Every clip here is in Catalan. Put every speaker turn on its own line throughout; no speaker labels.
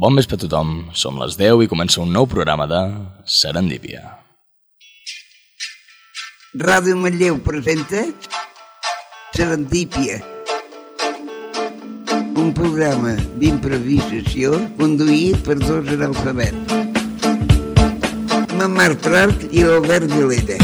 Bon vespre a tothom, som les 10 i comença un nou programa de Serendípia.
Ràdio Manlleu presenta Serendípia, un programa d'improvisació conduït per dos analfabets, la Marta Art i l'Albert Vilera.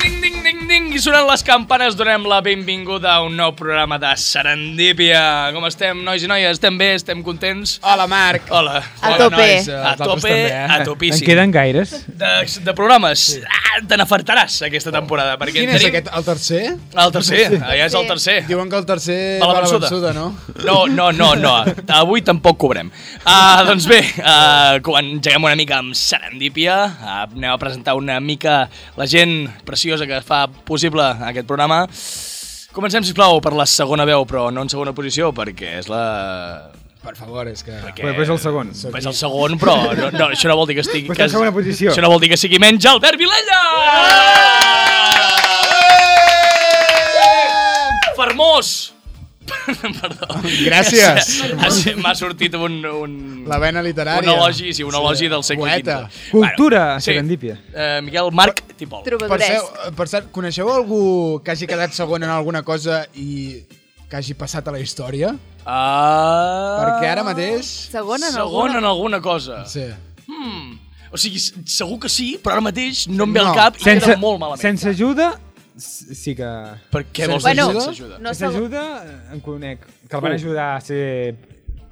Ding, ding, ding, ding, i sonant les campanes donem la benvinguda a un nou programa de Serendípia. Com estem, nois i noies? Estem bé? Estem contents?
Hola, Marc.
Hola.
A
Hola,
tope.
nois. A
Vosaltres
tope,
també, eh?
a topíssim.
En queden gaires?
De, de programes. Ah, te n'afartaràs aquesta temporada. Perquè
Quin
en
és
tenim...
aquest? El tercer?
El tercer, ja és el tercer.
Diuen que el tercer
Va la
va a la
vençuda.
vençuda, no?
No, no, no, no. Avui tampoc cobrem. Uh, doncs bé, uh, quan engeguem una mica amb serendípia, uh, anem a presentar una mica la gent preciosa que fa possible aquest programa. Comencem, sisplau, per la segona veu, però no en segona posició, perquè és la...
Per favor, és que...
Que...
Però és el segon.
És el segon, però no, no, això no vol dir que estigui...
Però
que
està en segona posició.
Això no vol dir que sigui menys Albert Vilella! Fermós! Perdó.
Gràcies.
Ha si- M'ha sortit un... un...
La vena
Un
literària.
elogi, sí, un elogi del segle
Poeta.
XV.
Cultura
Bueno, sí.
serendípia.
Eh, Miquel Marc Tipol.
Per, cert,
Trobadoresc.
per cert, coneixeu algú que hagi quedat segon en alguna cosa i que hagi passat a la història?
Ah...
Perquè ara mateix...
Segona en
Segon en
alguna...
alguna cosa.
Sí.
Hmm. O sigui, s- segur que sí, però ara mateix no em ve al
No.
cap i
Sense,
queda molt malament.
sense ajuda, s- sí que...
Per què vols
Sense
dir
Bueno,
sense ajuda?
no
No
segon...
ajuda, en conec. Que el van ajudar a ser...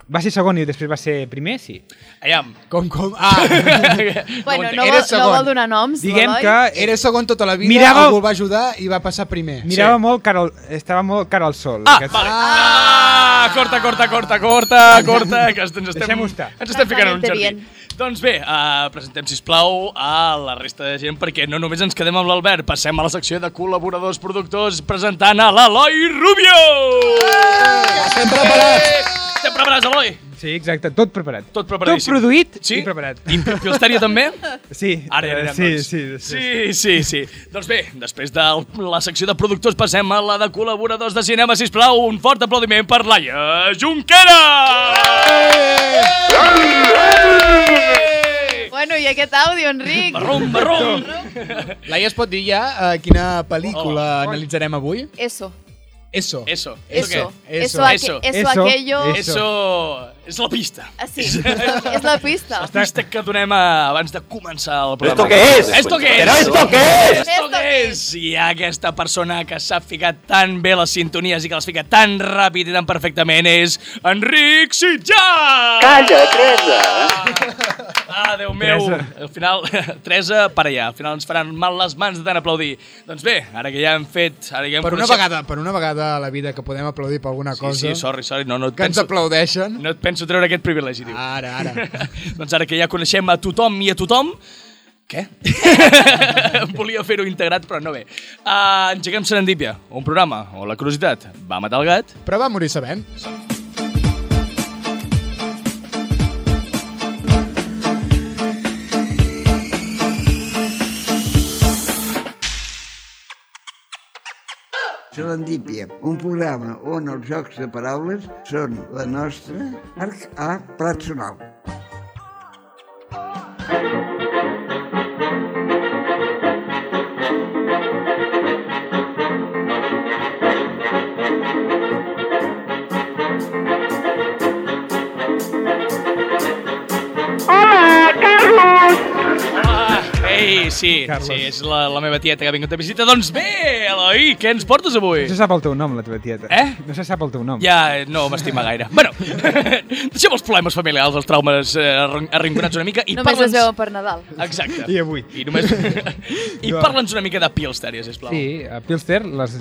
Va ser segon i després va ser primer, sí.
Aviam.
Com, com... Ah,
Bueno,
entenc.
Eres
no, vol, no
segon.
vol donar noms,
Diguem
l'Eloi?
que era,
era segon tota la vida,
Mirava-
algú el va ajudar i va passar primer.
mirava molt cara al, estava molt cara al sol.
Ah,
Aquest-
vale. Ah, corta, corta, corta, corta, corta, que ens ens estem,
Deixem-ho
ens
estar.
estem ficant en un jardí.
Perfecte, bien.
Doncs bé, uh, presentem, si plau a la resta de gent, perquè no només ens quedem amb l'Albert, passem a la secció de col·laboradors productors presentant a l'Eloi Rubio! Eh,
Estem preparats!
Estem preparats, Eloi?
Sí, exacte, tot preparat.
Tot preparadíssim.
Tot produït
Sí?
i preparat.
I Filsterio també?
Sí,
Ara hi
eh,
anirem,
sí,
doncs.
sí, sí,
Sí, sí, sí. Doncs bé, després de la secció de productors passem a la de col·laboradors de cinema, si plau, un fort aplaudiment per Laia Junquera!
Bueno, i aquest àudio, Enric?
Barrum, barrum!
Laia, es pot dir ja eh, quina pel·lícula analitzarem avui?
Eso.
Eso.
Oh. Eso,
Eso.
què?
Eso, aque-
Eso.
eso,
Eso.
aquello...
Eso.
Eso és la pista.
Ah, sí, és la pista.
La pista que donem a, abans de començar el programa.
¿Esto qué es?
Esto qué
Pero
es?
¿esto qué es?
Esto què és? I aquesta persona que s'ha ficat tan bé les sintonies i que les fica tan ràpid i tan perfectament és Enric Sitjà!
Calla, Teresa!
Ah, Déu meu!
Teresa.
Al final, Teresa, para allà. Al final ens faran mal les mans de tant aplaudir. Doncs bé, ara que ja hem fet... Ara que ja hem
Per una
coneixem-
vegada, per una vegada a la vida que podem aplaudir per alguna cosa,
Sí, sí, sorry, sorry. No, no et
que ens Ah,
penso,
aplaudeixen.
no et penso treure aquest privilegi, tio.
Ara, ara.
doncs ara que ja coneixem a tothom i a tothom, què? Volia fer-ho integrat, però no bé. Uh, engeguem Serendípia, un programa on la curiositat va matar el gat.
Però va morir sabent.
Serendípia, un programa on els jocs de paraules són la nostra arc a plat sonal.
Ah, ei, sí,
Carles.
sí, és la, la meva tieta que ha vingut a visita. Doncs bé, Eloi, què ens portes avui?
No se sap el teu nom, la teva tieta.
Eh?
No se sap el teu nom.
Ja eh, no m'estima gaire. Bueno, deixem els problemes familiars, els traumes eh, arron- arrinconats una mica i
Només es
parla'ns...
veuen per Nadal.
Exacte.
I avui.
I només... I parla'ns una mica de Pilsteria, sisplau.
Sí, a Pilster, les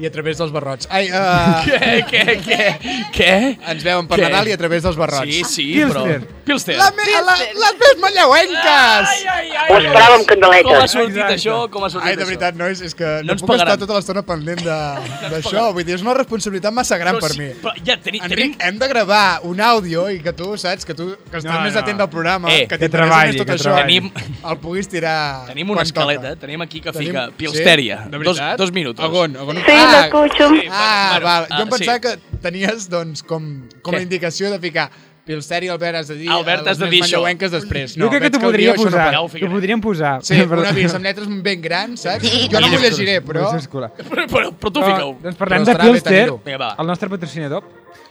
I a través dels barrots. Ai, uh,
Què, què, què? Què?
ens veuen per
Què?
Nadal i a través dels barrots.
Sí, sí, però...
Pilsner.
Pilster.
La me, la, les més manlleuenques!
Ai, ai, ai.
Ho esperava amb candeletes.
Com ha sortit
Exacte.
això? Com ha sortit
Ai, de veritat, nois, és que no,
ens
puc estar
pagaran.
tota l'estona pendent de- d'això. Vull dir, és una responsabilitat massa gran
Però
per
sí,
mi.
però ja teni-
Enric,
tenim-
hem de gravar un àudio i que tu, saps, que tu que estàs
No,
més
no.
atent del programa,
Eh,
que
que
t'interessa
treballi,
més tot
que
això,
treballi.
Tenim-
el puguis tirar
Tenim una
quan
escaleta, eh?
toca.
tenim aquí que
Tenim-
fica
sí?
Pilsteria.
De
dos,
veritat?
dos minutos.
Agon, agon.
Sí,
Ah,
l'escucho.
Ah,
Bueno,
val. Jo
ah,
em pensava
sí.
que tenies, doncs, com, com
Què?
la indicació de ficar Pilsteri, Albert, has de dir...
Albert,
eh,
has
les
de
més
dir això.
manlleuenques després.
No, jo crec
veig
que t'ho
el guió
podria
això no
posar.
fa.
ja ho
T'ho
ficarem.
podríem posar.
Sí, una vista amb lletres ben grans, saps? Jo no m'ho llegiré, però...
Però,
Però, però, però
Ah,
tu fica-ho.
doncs
Però
parlem de
estarà bé
Pilster,
tenir-ho.
Vinga, va.
el nostre patrocinador.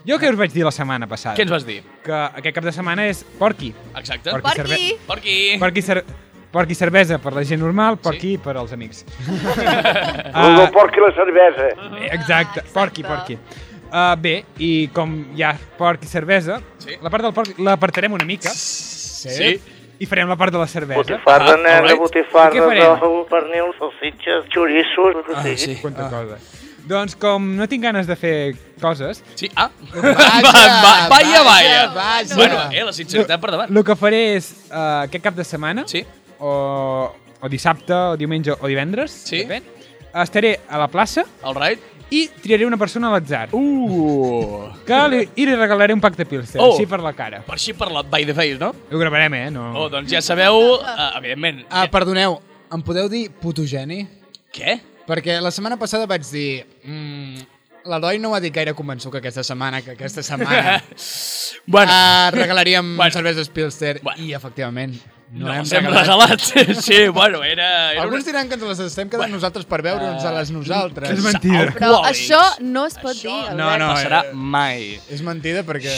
Jo què us vaig dir la setmana passada?
Què ens vas dir?
Que aquest cap de setmana és Porky.
Exacte.
Porqui.
Porqui!
Porqui.
Porky, cer porky cervesa per la gent normal, Porky per als amics.
Google
Ah,
porqui la cervesa.
Ah,
exacte, Porky, Porky. Uh, bé, i com hi ha porc i cervesa,
Sí.
la part del porc l'apartarem una mica
Sí.
i farem la part de la cervesa.
Ah,
Botifarra,
all
nena,
right.
I
botifarra,
què farem?
d'ou, pernil, salsitxes, xoriços, el que
Ah,
sigui.
sí.
Quanta cosa. Doncs com no tinc ganes de fer coses,
Sí, ah. Vaja, va, vaja, vaja.
vaja.
Bueno, eh, la sinceritat per davant.
el que faré és uh, aquest cap de setmana,
Sí.
o, o dissabte, o diumenge, o divendres,
Sí.
depèn, estaré a la plaça
All right.
i triaré una persona a l'atzar,
Uh.
que li, i li regalaré un pack de pilsen,
Oh.
així per la cara.
Per així per la by the face, no?
Ho gravarem, eh? No.
Oh, doncs ja sabeu, eh, evidentment.
Ah, perdoneu, em podeu dir putogeni?
Què?
Perquè la setmana passada vaig dir... Mm, L'Eloi no ho ha dit gaire convençut que aquesta setmana, que aquesta setmana
Bueno,
uh, regalaríem
Bueno.
bueno. cerveses Pilster
Bueno.
bueno. i, efectivament, no,
no,
hem
ens hem regalat.
regalat.
Sí, bueno, era... eh, era
Alguns diran que ens les estem quedant nosaltres per veure'ns a les nosaltres.
és mentida.
Però
Alcohòlics.
això no es pot dir,
Això
Albert.
no
no,
passarà
eh,
mai.
És mentida perquè,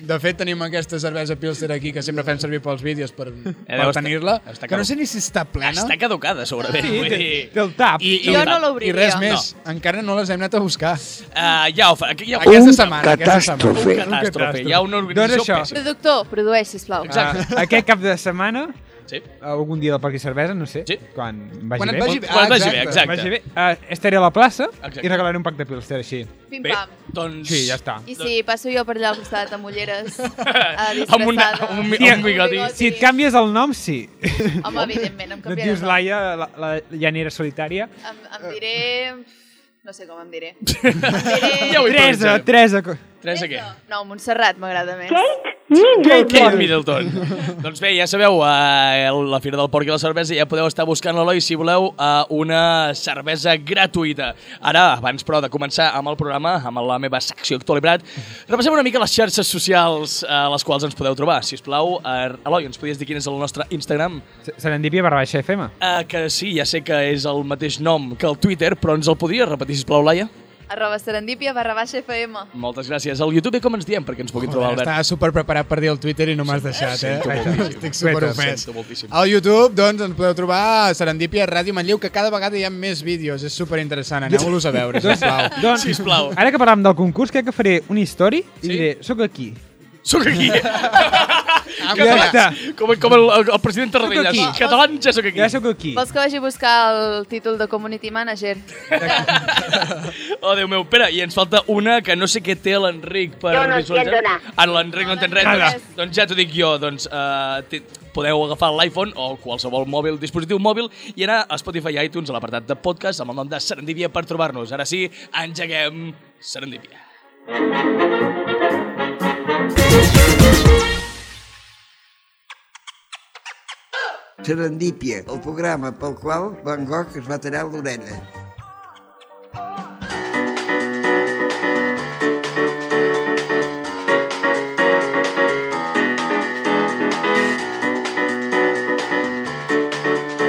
de fet, tenim aquesta cervesa Pilster aquí que sempre fem servir pels vídeos per, per
Eh, estar-
tenir-la,
està
que
caduc-
no sé ni si està plena.
Està caducada, segurament.
Sí,
vull
té,
dir...
té el tap.
I, i,
Jo no
I
l'obriria.
res més, encara no les hem anat a buscar.
Uh, ja ho fa. aquí Ja ho fa.
Aquesta
Un
setmana, aquesta setmana.
catàstrofe.
Un catàstrofe. Hi ha una organització
Doncs això.
pèssima.
Productor, produeix, sisplau.
Exacte.
Ah, aquest cap de setmana,
Sí.
algun dia del Parc i Cervesa, no sé,
Sí.
quan vagi
Quan et
bé.
vagi bé.
Quan et vagi bé,
exacte.
exacte.
Vagi bé. Uh, estaré a la plaça
Exacte.
i regalaré un pack de pilster així.
Bé,
Pim-pam.
doncs...
Sí, ja està.
I si passo jo per allà al costat amb ulleres, eh,
Amb, una,
disfressada...
amb un, mi-
Tia,
un bigoti.
bigoti.
Si et canvies el nom, sí.
Home, evidentment,
No
em
et
canviaré.
dius Laia, la, la llanera solitària.
Em, em diré... No sé com em diré. Em diré...
Ja ho Uh,
Teresa,
improvisarem.
Teresa. co-
Teresa què?
No, Montserrat m'agrada més. Què?
Kate Middleton. doncs bé, ja sabeu, eh, la Fira del Porc i la Cervesa ja podeu estar buscant l'Eloi si voleu eh, una cervesa gratuïta. Ara, abans però de començar amb el programa, amb la meva secció actualitat, repassem una mica les xarxes socials eh, a les quals ens podeu trobar. Si us plau, eh, Eloi, ens podies dir quin és el nostre Instagram?
Se- Serendipia barra baixa FM.
Eh, que sí, ja sé que és el mateix nom que el Twitter, però ens el podries repetir, sisplau, Laia?
Arroba serendipia barra baixa FM.
Moltes gràcies. Al YouTube com ens diem perquè ens puguin trobar,
Joder,
Albert?
estava super preparat per dir el Twitter i no m'has deixat, eh?
sento moltíssim.
Estic super ofès.
Sento moltíssim.
Al YouTube, doncs, ens podeu trobar a Serendipia Ràdio Manlleu, que cada vegada hi ha més vídeos. És super interessant. Aneu-los a veure, sisplau.
Doncs,
Sisplau.
Ara que parlàvem del concurs, crec que faré un story i diré, soc aquí.
Sóc aquí.
Ah,
Ja
mira,
està.
Com, com el, el president Tarradellas.
Sóc
Catalans
aquí.
ja sóc aquí.
Ja sóc aquí.
Vols que vagi a buscar el títol de Community Manager?
Oh, Déu meu, espera, i ens falta una que no sé què té l'Enric per
Jo no sé en donar.
Ah, l'Enric no, entén res.
Nada.
Doncs, doncs ja t'ho dic jo, doncs uh, té, podeu agafar l'iPhone o qualsevol mòbil, dispositiu mòbil i anar a Spotify i iTunes a l'apartat de podcast amb el nom de Serendipia per trobar-nos. Ara sí, engeguem Serendipia.
Serendípia, el programa pel qual Van Gogh es va tallar l'orella.
Ti,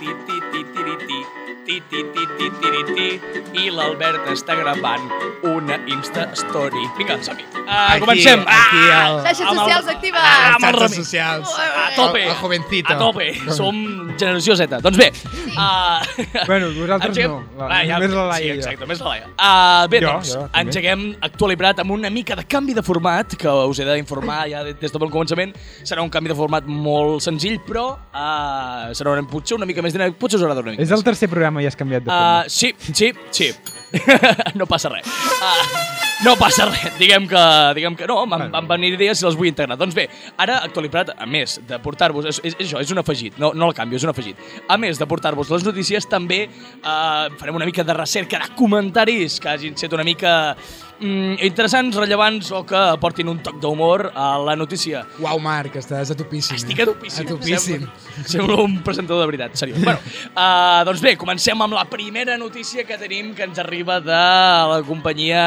ti, ti, ti, ti, ti, ti, ti, ti, ti, ti, ti, ti. Story i l'Albert està gravant una Insta Story. Vinga, som-hi. Uh,
Aquí,
comencem.
aquí el-
Xarxes
amb el-
socials actives.
Ah, amb el
Xarxes
Rami.
socials.
A tope.
El- el jovencito.
A tope. Som generació Z. Doncs bé. Sí. Uh,
Bueno, vosaltres no. La- més la Laia i
Sí,
jo.
exacte, més la Laia. Uh, bé,
Jo,
doncs,
jo, també.
engeguem Actual i Prat amb una mica de canvi de format, que us he d'informar ja des de bon començament. Serà un canvi de format molt senzill, però uh, serà una, potser una mica més dinàmic, potser us agrada una mica
És
més.
el tercer programa i has canviat
Uh,
de forma.
sí, sí, sí. no passa res. Uh, no passa res. Diguem que, diguem que no, van, van venir idees i les vull integrar. Doncs bé, ara Actualitat, a més de portar-vos... És, és, és això, és un afegit, no, no el canvio, és un afegit. A més de portar-vos les notícies, també uh, farem una mica de recerca de comentaris que hagin set una mica mm, interessants, rellevants o que aportin un toc d'humor a la notícia.
Uau, Marc, estàs a topíssim. eh?
Estic a topíssim.
A topíssim.
Sembla, sembla un presentador de veritat, seriós. bueno, uh, doncs bé, comencem amb la primera notícia que tenim que ens arriba de la companyia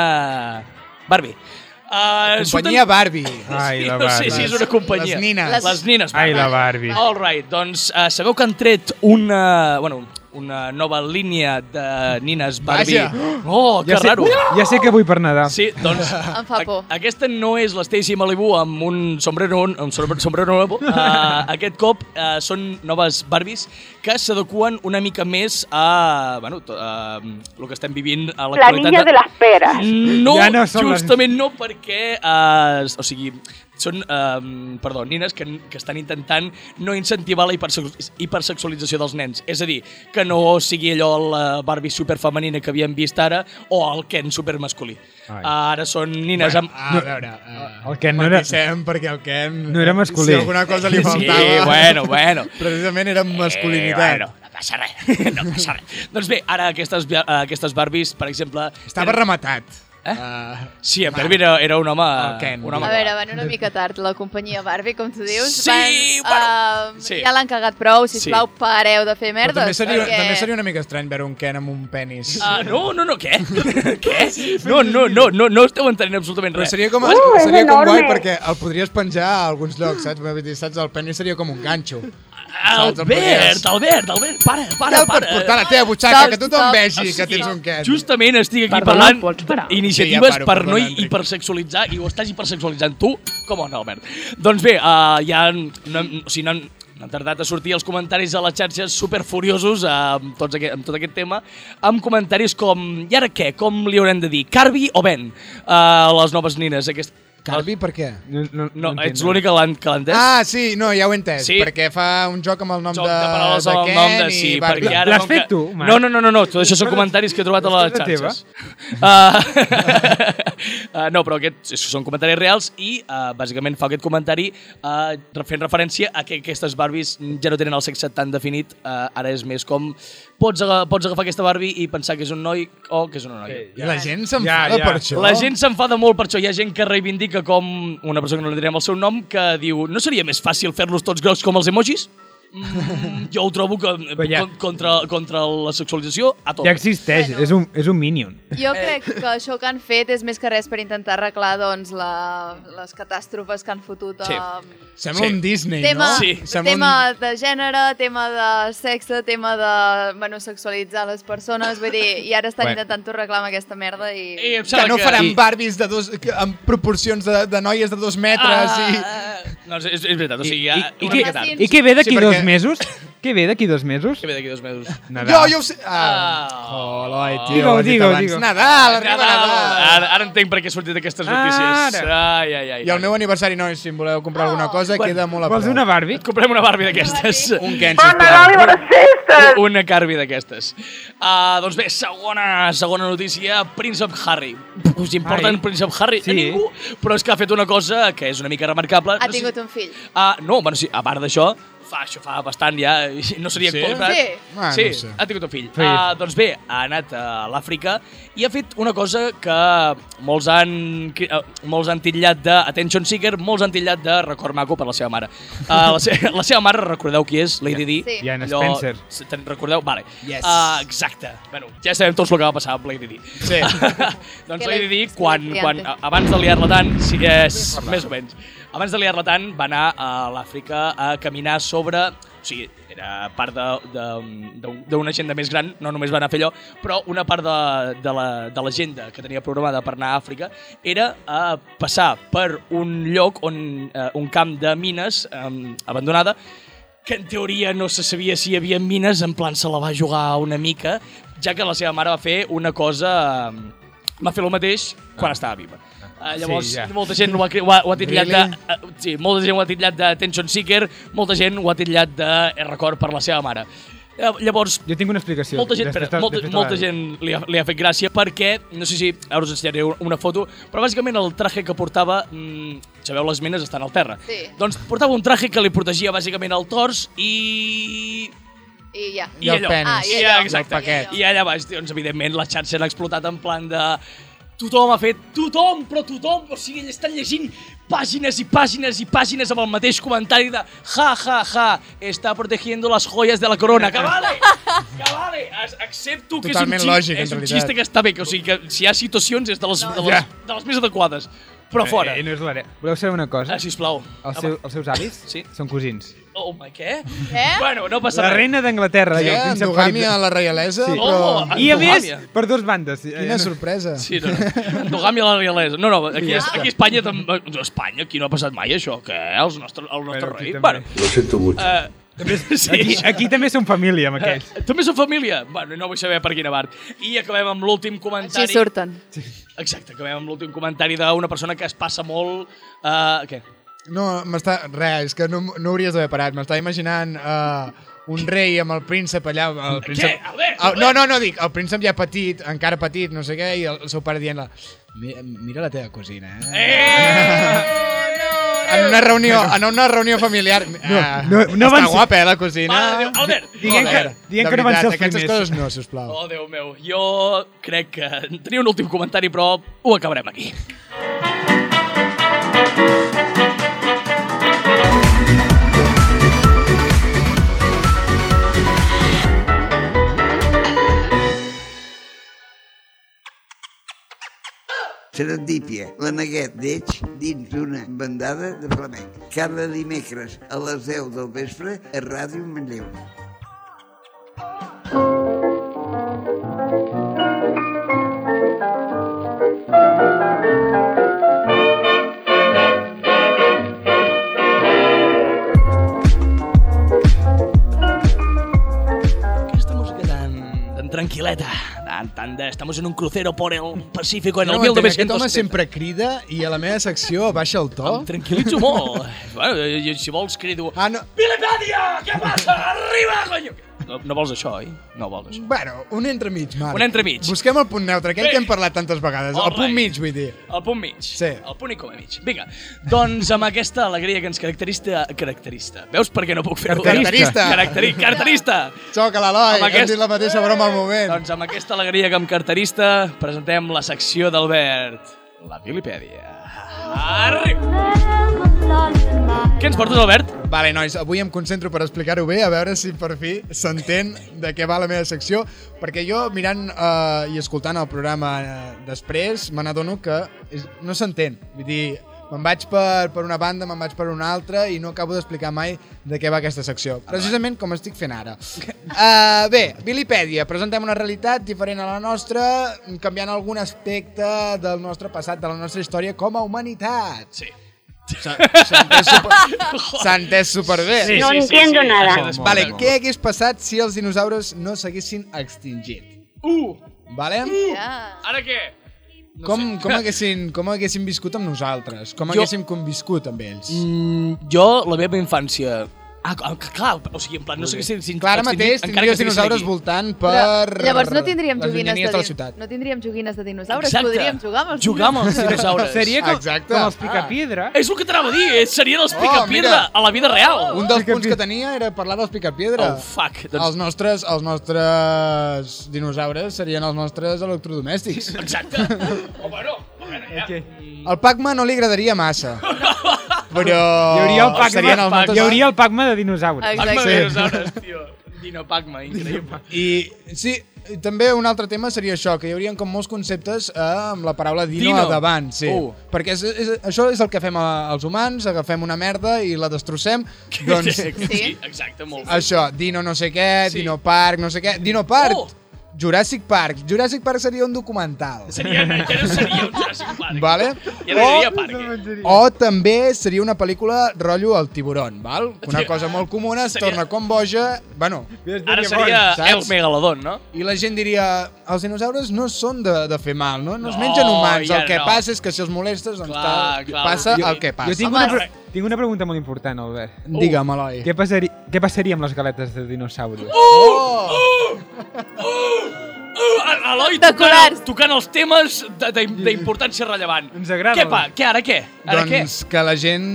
Barbie. Uh,
Companyia Barbie.
Ai, la
No sé
Barbie.
si és una companyia.
Les nines.
Les, les nines.
Ai, la Barbie.
All right, doncs uh, sabeu que han tret una... Bueno, una nova línia de nines Barbie.
Vaja.
Oh, que
ja sé,
raro.
Ja sé que vull per Nadal.
Sí, doncs...
Em fa por.
a- Aquesta no és l'Stacy Malibu amb un sombrero, amb sombre- sombrero nuevo. Uh, aquest cop uh, són noves Barbies que s'adequen una mica més a, bueno, to- a el que estem vivint a
La
l'actualitat.
niña de las peras.
No, ja
Ja
no
no són les-
justament no, perquè... Uh, o sigui, són, uh, perdó, nines que, que estan intentant no incentivar la hipersex hipersexualització dels nens. És a dir, que no sigui allò la Barbie superfemenina que havíem vist ara o el Ken supermasculí. Ah,
Ai.
Ara són nines bueno, amb...
A veure... Uh,
El Ken no era-
Matisem, perquè el Ken...
No era masculí.
Si alguna cosa li
Sí,
faltava...
bueno, bueno.
Precisament era masculinitat.
Eh, bueno, no passa res, no passa res. doncs bé, ara aquestes, eh, aquestes Barbies, per exemple...
Estava
tenen-
rematat.
Eh?
Uh,
Sí, en Barbie era, era un home...
El Ken.
Un home
A veure, van una mica tard la companyia Barbie, com tu dius.
Sí,
van, ehm,
bueno, sí.
Ja l'han cagat prou, sisplau,
Sí.
pareu de fer merdes.
també seria,
perquè-
també seria una mica estrany veure un Ken amb un penis.
Ah, no, no, no, què? què? No, no, no, no, no esteu entenent absolutament
Però
res.
seria com,
Uh, és
seria com guai
enorme.
perquè el podries penjar a alguns llocs, saps? Vull dir, Saps? El penis seria com un ganxo. Saps? El
Albert,
podries-
Albert, Albert, para, para,
Cal per
para.
portar a la teva butxaca,
Stop,
que tothom
stop.
vegi que
Sí,
tens un Ken.
Justament estic aquí
Perdona, pots
parlant
parar?
iniciatives
Sí, ja paro,
per
perdona,
no
Enric.
hipersexualitzar i ho estàs hipersexualitzant tu, com on, Albert? Doncs bé, uh, ja no, hem- o sigui, no, han- no han tardat a sortir els comentaris a les xarxes superfuriosos eh, amb, tots aquest, amb tot aquest tema, amb comentaris com, i ara què, com li haurem de dir, Carby o Ben, a les noves nines? Aquest...
Calvi, per què?
No, no,
No,
no
ets
entenc.
l'únic que l'han que l'ha entès?
Ah, sí, no, ja ho he entès.
Sí.
Perquè fa un joc Ah, amb el nom
joc
de,
de paraules
de
amb el
Ken
nom de sí,
i Barbie.
perquè ara...
L'has
com que-
fet tu, Marc?
No, no, no, no, no, tot això són
Espera,
comentaris que he trobat a les
espera teva.
xarxes. Uh, uh, no, però aquests són comentaris reals i uh, bàsicament fa aquest comentari uh, fent referència a que aquestes Barbies ja no tenen el sexe tan definit, uh, ara és més com pots, aga pots agafar aquesta Barbie i pensar que és un noi o que és una noia.
Sí,
I La gent s'enfada
Ja, ja.
per això.
La gent s'enfada molt per això. Hi ha gent que reivindica com una persona que no li direm el seu nom que diu no seria més fàcil fer-los tots grocs com els emojis? Mm, jo ho trobo que,
Però ja-
con- contra, contra la sexualització a tot.
Ja existeix,
Bueno.
és un, és un Minion.
Jo
Eh.
crec que això que han fet és més que res per intentar arreglar doncs, la, les catàstrofes que han fotut ehm,
Sí.
a...
Sembla
Sí.
un Disney,
Tema,
no?
Sí.
Sembla
tema
un...
de gènere, tema de sexe, tema de bueno, sexualitzar les persones, vull dir, i ara estan
Bueno.
intentant ho arreglar amb aquesta merda
I
i...
Eh, em
Que
sembla
no
I-
faran Barbies de dos, que, amb proporcions de, de noies de dos metres i...
Ah, no, és, és veritat, o sigui, ja,
I- i
una
què-
mica tard.
i-
I què ve d'aquí
Sí,
sí,
perquè-
dos mesos? Què ve d'aquí dos mesos?
Què ve d'aquí dos mesos?
Jo, jo ho sé... Ah.
Ah.
Oh, Eloi, tio,
Digue-ho,
ho has dit
digue-ho,
abans.
digue-ho.
Nadal, arriba
Nadal.
Nadal.
Ara, ara entenc per què han sortit aquestes notícies. Ai, ai, ai.
I el meu aniversari, nois, si em voleu comprar alguna cosa, queda molt a prop.
Vols una Barbie?
Et comprem una Barbie d'aquestes.
Un Ken,
¡Bon Nadal y
sisplau.
buenas fiestas!
Una Carby d'aquestes. Uh, doncs bé, segona, segona notícia, Príncep Harry. Us importa
Ai.
en Príncep Harry?
Sí.
A ningú, però és que ha fet una cosa que és una mica remarcable.
Ha tingut un fill.
Uh, no, bueno, sí, a part d'això, fa, això fa bastant ja, i no seria
Sí?
comprat.
Sí.
Ah, no
sí
sé.
ha tingut un fill.
Sí.
Uh, doncs bé, ha anat a l'Àfrica i ha fet una cosa que molts han, cri- eh, molts han titllat de attention seeker, molts han titllat de record maco per la seva mare. Uh, la, se la seva mare, recordeu qui és? Lady Di.
Sí.
Diana
Allò-
Spencer.
se- te'n Recordeu? Vale.
Yes.
Uh, exacte. Bueno, ja sabem tots el que va passar amb Lady Di.
Sí.
doncs
Que
Lady
la-
Di,
que la
quan,
criante.
quan, a- abans de liar-la tant, sí, eh, és, més o menys, abans de liar-la tant, va anar a l'Àfrica a caminar sobre O sigui, era part de- de- d'un- d'una agenda més gran, no només va anar a fer allò, però una part de, de la- de l'agenda que tenia programada per anar a Àfrica era a passar per un lloc, on, eh, un camp de mines eh, abandonada, que en teoria no se sabia si hi havia mines, en plan se la va jugar una mica, ja que la seva mare va fer una cosa... eh, Va fer el mateix quan estava viva. Uh, llavors,
Sí,
sí,
ja.
ja. molta gent ho ha, cri- ho ha, ho ha titllat
Really?
de... eh, sí, molta gent ho ha titllat de Tension Seeker, molta gent ho ha titllat de eh, record per la seva mare. Eh, Llavors,
Jo tinc una explicació.
molta gent,
Després
espera,
te-
molta,
després te la
molta
daré.
gent li ha, li ha fet gràcia perquè, no sé si ara us ensenyaré una foto, però bàsicament el traje que portava, mm, sabeu, les mines estan al terra.
Sí.
Doncs portava un traje que li protegia bàsicament el tors i...
I ja.
I el
allò.
penis.
Ah, i
I,
allò.
exacte.
I allò.
I allà baix, doncs, evidentment, la xarxa han explotat en plan de... Tothom ha fet... Tothom, però tothom! O sigui, estan llegint pàgines i pàgines i pàgines amb el mateix comentari de ja, ja, ja, està protegiendo las joyas de la corona. Que vale! Que vale! Es- Accepto que
Totalment
és un,
lògic, en
és un
realitat.
xiste que està bé, que, o sigui, que si hi ha situacions és de les, de les,
Ja.
de les més adequades. Però fora.
Eh, no us la daré. Voleu saber una cosa?
Ah, sisplau.
Els, seu, els seus avis
Sí.
són cosins.
Oh my, què?
Eh?
Bueno, no passa
La
res.
reina d'Anglaterra i
Sí,
el príncep
endogàmia a
Felip.
la reialesa,
Sí.
però...
Oh,
I a més,
Endogàmia.
per dues bandes. Eh,
Quina sorpresa.
Sí, no, no. Endogàmia a la realesa. No, no, aquí,
Ja
és,
està.
aquí a Espanya també... Espanya, aquí no ha passat mai això, que els nostres, el nostre
Bueno, aquí
rei...
també.
Bueno, Lo siento mucho. Uh, també, sí,
Aquí, aquí també són família, amb
Eh,
aquells.
també són família? Bueno, no vull saber per quina part. I acabem amb l'últim comentari...
Així surten.
Exacte, acabem amb l'últim comentari d'una persona que es passa molt... Uh, què?
No, m'està... Res, és que no, no hauries d'haver parat. M'estava imaginant uh, un rei amb el príncep allà... El príncep...
Albert,
Ah, no, no, no, dic, el príncep ja petit, encara petit, no sé què, i el, el seu pare dient-la... Mira, mira la teva cosina, eh?
Eh!
En una reunió, en una reunió familiar. No,
no, no
està
van ser-
guapa, eh, la cosina.
Mare de Déu, Albert!
Diguem
Joder.
que-
de
diguem que no van
veritat,
ser els
Aquestes
primers.
coses no, sisplau.
Oh, Déu meu, jo crec que tenia un últim comentari, però ho acabarem aquí.
Serendípia, la neguet d'Eix dins d'una bandada de flamenc. Cada dimecres a les 10 del vespre a Ràdio Manlleu.
Aquesta música tan, tan tranquil·leta, tan, tan de... Estamos en un crucero por el Pacífico en el
No ho entenc, Aquest
1970.
home sempre crida i a la meva secció baixa el to.
Em tranquil·litzo molt. bueno, jo, si vols crido...
Ah, no.
Vilipèdia! Què passa? Arriba, conyo! No, no vols això, oi? No vols això.
Bueno, un entremig, Marc.
Un entremig.
Busquem el punt neutre, aquell
Bé.
que hem parlat tantes vegades.
All
El punt
right.
mig, vull dir.
El punt mig.
Sí.
El punt i com a mig. Vinga, doncs amb aquesta alegria que ens caracterista... Caracterista. Veus per què no puc fer-ho?
Caracterista.
Caracteri... Caracterista.
Sóc a l'Eloi,
Amb
aquest... hem
aquest-
dit la mateixa broma al moment.
doncs amb aquesta alegria que em caracterista presentem la secció d'Albert. La Vilipèdia. Arriba! Què ens portes, Albert?
Vale, nois, avui em concentro per explicar-ho bé, a veure si per fi s'entén de què va la meva secció, perquè jo mirant eh, i escoltant el programa eh, després, me n'adono que és, no s'entén. Vull dir, me'n vaig per, per una banda, me'n vaig per una altra i no acabo d'explicar mai de què va aquesta secció.
Ah,
Precisament com estic fent ara. Uh, bé, Vilipèdia, presentem una realitat diferent a la nostra, canviant algun aspecte del nostre passat, de la nostra història com a humanitat.
Sí.
S'ha s'ha entès super- s'ha entès superbé.
Sí,
No
sí, sí,
entiendo
sí.
nada.
Ha sido
Vale,
espectacular.
què hagués passat si els dinosaures no s'haguessin extingit?
Uh,
Vale?
Ja.
ara què? No
Com,
sé.
com, haguessin, com haguessin viscut amb nosaltres? Com
Jo-
haguéssim conviscut amb ells?
Mm, jo, la meva infància... Ah, ah, que clar, o sigui, en plan, no sé si... si
Clar, ara mateix tindries dinosaures voltant per...
Però, llavors no tindríem
les
joguines
llunyanies
de,
de la
din-
ciutat.
No tindríem joguines de dinosaures, podríem jugar amb els
Jugar amb els dinosaures.
Seria com,
Exacte.
com els picapiedra.
És el que t'anava a dir, eh? serien els
Oh,
picapiedra
mira.
a la vida real.
Un
Oh.
dels punts que tenia era parlar dels picapiedra.
Oh, fuck.
Els
Doncs,
nostres, els nostres dinosaures serien els nostres electrodomèstics.
exacte. o Oh, bueno, a veure, ja.
Okay.
Al Pac-Man no li agradaria massa. Però...
Hi hauria el
Oh, serien
Pac-Man
els nostres-
hi hauria el Pac de dinosaures.
Exacte.
Pac-Man
Sí.
de dinosaures, tio. Dino Pac-Man, increïble.
I sí, I també un altre tema seria això, que hi haurien com molts conceptes eh, amb la paraula dino,
Dino.
a davant, sí.
Uh.
Perquè és, és, això és el que fem a, als humans, agafem una merda i la destrossem, doncs
sí, exacte, molt bé.
això, dino no sé què,
Sí.
sí. dino park, no sé què, dino park,
Oh!
Jurassic Park. Jurassic Park seria un documental.
Seria, ja no seria un Jurassic Park.
Vale?
Ja no diria Parker.
O també seria una pel·lícula rotllo El tiburón, val? Una cosa molt comuna, es
Seria-
torna com boja... Bueno,
Ara seria
Saps?
El Megalodon, no?
i la gent diria, els dinosaures no són de, de fer mal, no? No es
No,
mengen humans,
ja
el que
no.
passa és que si els molestes, doncs
Clar,
tal,
clar.
passa
Jo-
el que passa.
Jo tinc
Home,
una,
és-
pre tinc una pregunta molt important, Albert.
Uh. Digue'm, Eloi.
Què, passari què passaria amb les galetes de dinosaures?
Oh!
Uh, Eloi tocant,
Decorats.
tocant els temes de- de- d'importància rellevant.
Ens agrada.
Què, pa? Què, ara què? Ara
Doncs que la gent...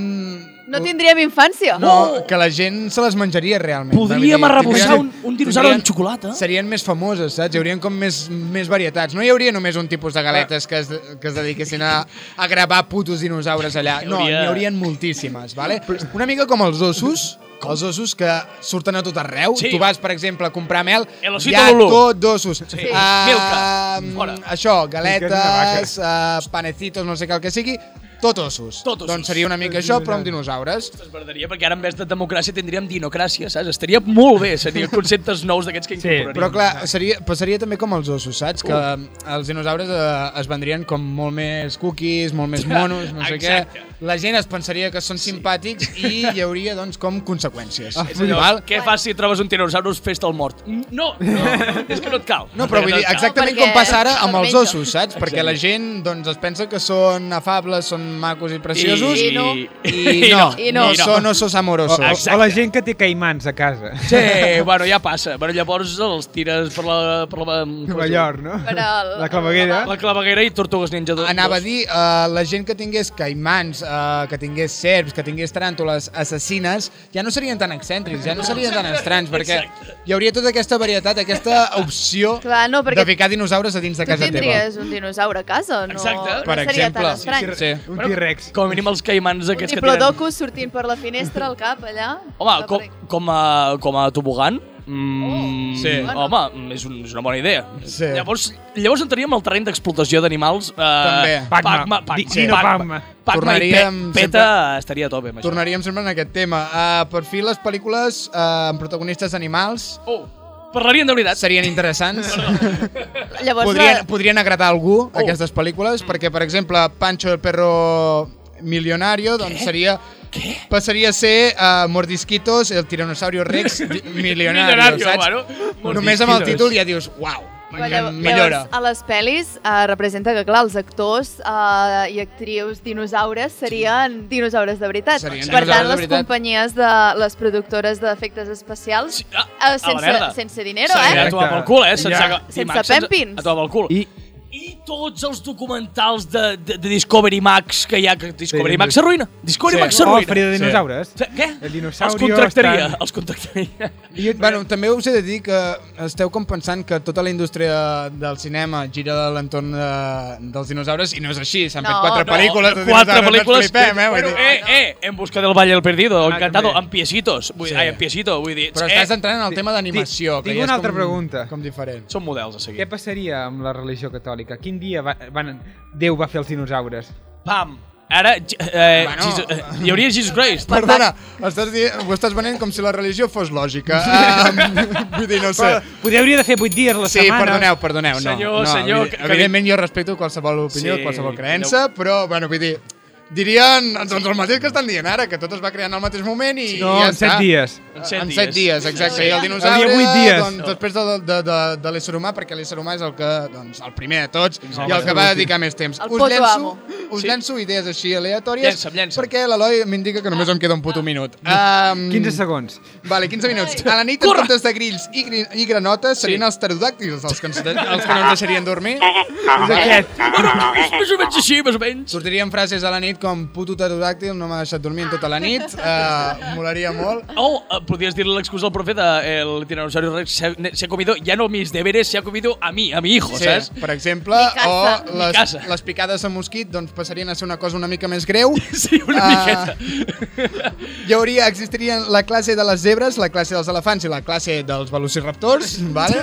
No tindríem infància.
No, que la gent se les menjaria realment.
què? Podríem
Vull dir,
arrebossar un,
tindrien-
un dinosaure amb
tindrien-
xocolata.
Serien més famoses, saps? Hi haurien com més, més varietats. No hi hauria només un tipus de galetes que es, que es dediquessin a, a gravar putos dinosaures allà. No, n'hi
Hauria-
haurien moltíssimes, vale? Una mica com els ossos, els ossos que surten a tot arreu.
Sí.
Tu vas, per exemple, a comprar mel,
El osito
hi ha
Lulú.
tot d'ossos.
Sí. Milka, fora.
Això,
Milka és
galetes, uh, panecitos, no sé què el que sigui, tot ossos.
Tot ossos.
Doncs seria una mica això, però amb dinosaures.
M'agradaria, perquè ara en vez de democràcia tindríem dinocràcia, saps? Estaria molt bé, seria conceptes nous d'aquests que incorporaríem.
Però clar, seria, passaria també com els ossos, saps? Que els dinosaures eh, es vendrien com molt més cookies, molt més monos, no sé què.
Exacte.
La gent es pensaria que són simpàtics i hi hauria, doncs, com conseqüències.
És allò,
Val?
què fas si trobes un tiranosauros fes-te el mort? Mm, No, no, és que no et cal.
No, però vull dir,
No et cal.
exactament
perquè
com passa ara amb
se'l
els
menja.
ossos, saps? Perquè la gent doncs, es pensa que són afables, són macos i preciosos
I no.
i no,
I
no,
no. I no.
són ossos amorosos.
O,
Exacte.
o la gent que té caimans a casa.
Sí, bueno, ja passa. Bueno, llavors els tires per la... Per la,
Nova York, no?
Per al-
La claveguera.
la claveguera i tortugues ninja. dos-
Anava a
dos.
dir, uh, la gent que tingués caimans, uh, que tingués serps, que tingués taràntoles assassines, ja no serien tan excèntrics, ja no serien tan estranys, perquè
Exacte.
hi hauria tota aquesta varietat, aquesta opció
Clar, no,
de
perquè
ficar dinosaures a dins de
Tu
casa teva.
tindries un dinosaure a casa, no,
Exacte.
no
Per
seria
exemple.
tan estrany.
Sí.
Un T-Rex.
Com a mínim els caimans
Un
aquests que tenen...
diplodocus sortint per la finestra al cap, allà.
Home,
Va
com,
per-
com, a, com a tobogan, Mm,
Oh,
sí.
sí.
Home, mm, és, un, és una bona idea.
Sí.
Llavors, llavors entraríem al terreny d'explotació d'animals. Eh,
També.
Pac-Ma.
Pac-Ma. Di-
Pac
Dino Pac-Ma.
Pac-Ma i Pe
Tornaríem
Peta estaria a tope amb això.
Tornaríem sempre en aquest tema. Uh, per fi, les pel·lícules uh, amb protagonistes animals
Oh, parlarien de veritat.
serien interessants.
Llavors, eh,
podrien,
la-
podrien agradar a algú, oh. aquestes pel·lícules, perquè, per exemple, Pancho el perro milionario, doncs seria... Què? Passaria a ser uh, Mordisquitos, el tiranosaurio rex di- milionario,
Milionario,
saps?
bueno.
Només amb el títol ja dius, uau,
Però llavors, ah,
millora.
llavors, a les pel·lis eh, representa que, clar, els actors eh, i actrius dinosaures serien dinosaures de veritat.
Serien
per
dinosaures de
tant, les
veritat.
companyies de les productores d'efectes especials,
Sí,
eh,
ah, a la
sense,
merda.
sense dinero,
Seria
eh?
a toar pel cul, eh? Sense,
Ja.
i
Sense
Max,
pèmpins.
A toar pel cul.
I-
I tots els documentals de, de, de Discovery Max que hi ha, que Discovery
Sí,
Max
sí.
s'arruïna. Discovery Max
Oh,
s'arruïna.
Frida de dinosaures.
Sí, Què?
El
Els
dinosaurio
contractaria,
està-
els contractaria.
I,
Bueno, també us he de dir que esteu com pensant que tota la indústria del cinema gira de l'entorn de, dels dinosaures i no és així, s'han
No,
fet quatre
no,
pel·lícules de
Quatre
dinosaures,
pel·lícules.
no flipem, eh? Vull
bueno,
dir-
eh, eh, en busca del Valle del Perdido,
Ah,
encantado,
també.
en piecitos. Vull,
Sí.
Ai, en piecito, vull dir...
Però
eh,
estàs entrant en el tema d'animació.
Tinc-
que
tinc
ja és
una altra
com-
pregunta.
Com diferent.
Són models a
què
seguir.
passaria amb la religió catòlica? Quin dia va, van, Déu va fer els dinosaures?
Pam! Ara, Je- eh,
Bueno.
Jesus, eh, hi hauria Jesus Christ.
Perdona, estàs dient, ho estàs venent com si la religió fos lògica. Um, vull dir, no ho sé.
Poder hauria de fer 8 dies a la
Sí, perdoneu, perdoneu. No,
Senyor,
no,
senyor,
vull dir,
que- que-
Evidentment jo respecto qualsevol opinió,
Sí,
sí, qualsevol creença, però, bueno, vull dir, dirien doncs, el mateix que estan dient ara, que tot es va crear en el mateix moment i,
No,
i ja
en 7
està.
dies.
En set
en 7 dies, exacte. I el dinosaure,
Havia vuit dies.
doncs, després de, de, de, de l'ésser humà, perquè l'ésser humà és el que, doncs, el primer de tots
Exacte.
i el que va dedicar més temps.
El puto amo.
us
Sí.
llenço idees així aleatòries,
Llença'm, llença'm.
perquè l'Eloi m'indica que només em queda un
Ah.
puto minut. Um,
15 segons.
Vale, 15 minuts. A la nit, en comptes de grills i, gri i granotes, serien
Sí.
els pterodàctils els que, ens, els que no ens deixarien dormir.
Més, més o menys així, més o menys.
Sortirien frases a la nit com puto pterodàctil, no m'ha deixat dormir en tota la nit. Uh, molaria molt.
Oh, eh, podries dir-li l'excusa al profeta, el tiranosaurio rex se, ha- se ha comido, ya no mis deberes, se ha comido a mi, a mi hijo,
Sí,
saps?
per exemple,
Ni
o
caça.
Ni
les,
caça.
les picades a mosquit doncs, passarien a ser una cosa una mica més greu.
Sí, una
Ah.
miqueta.
Hi hauria, existirien la classe de les zebres, la classe dels elefants i la classe dels velociraptors, vale?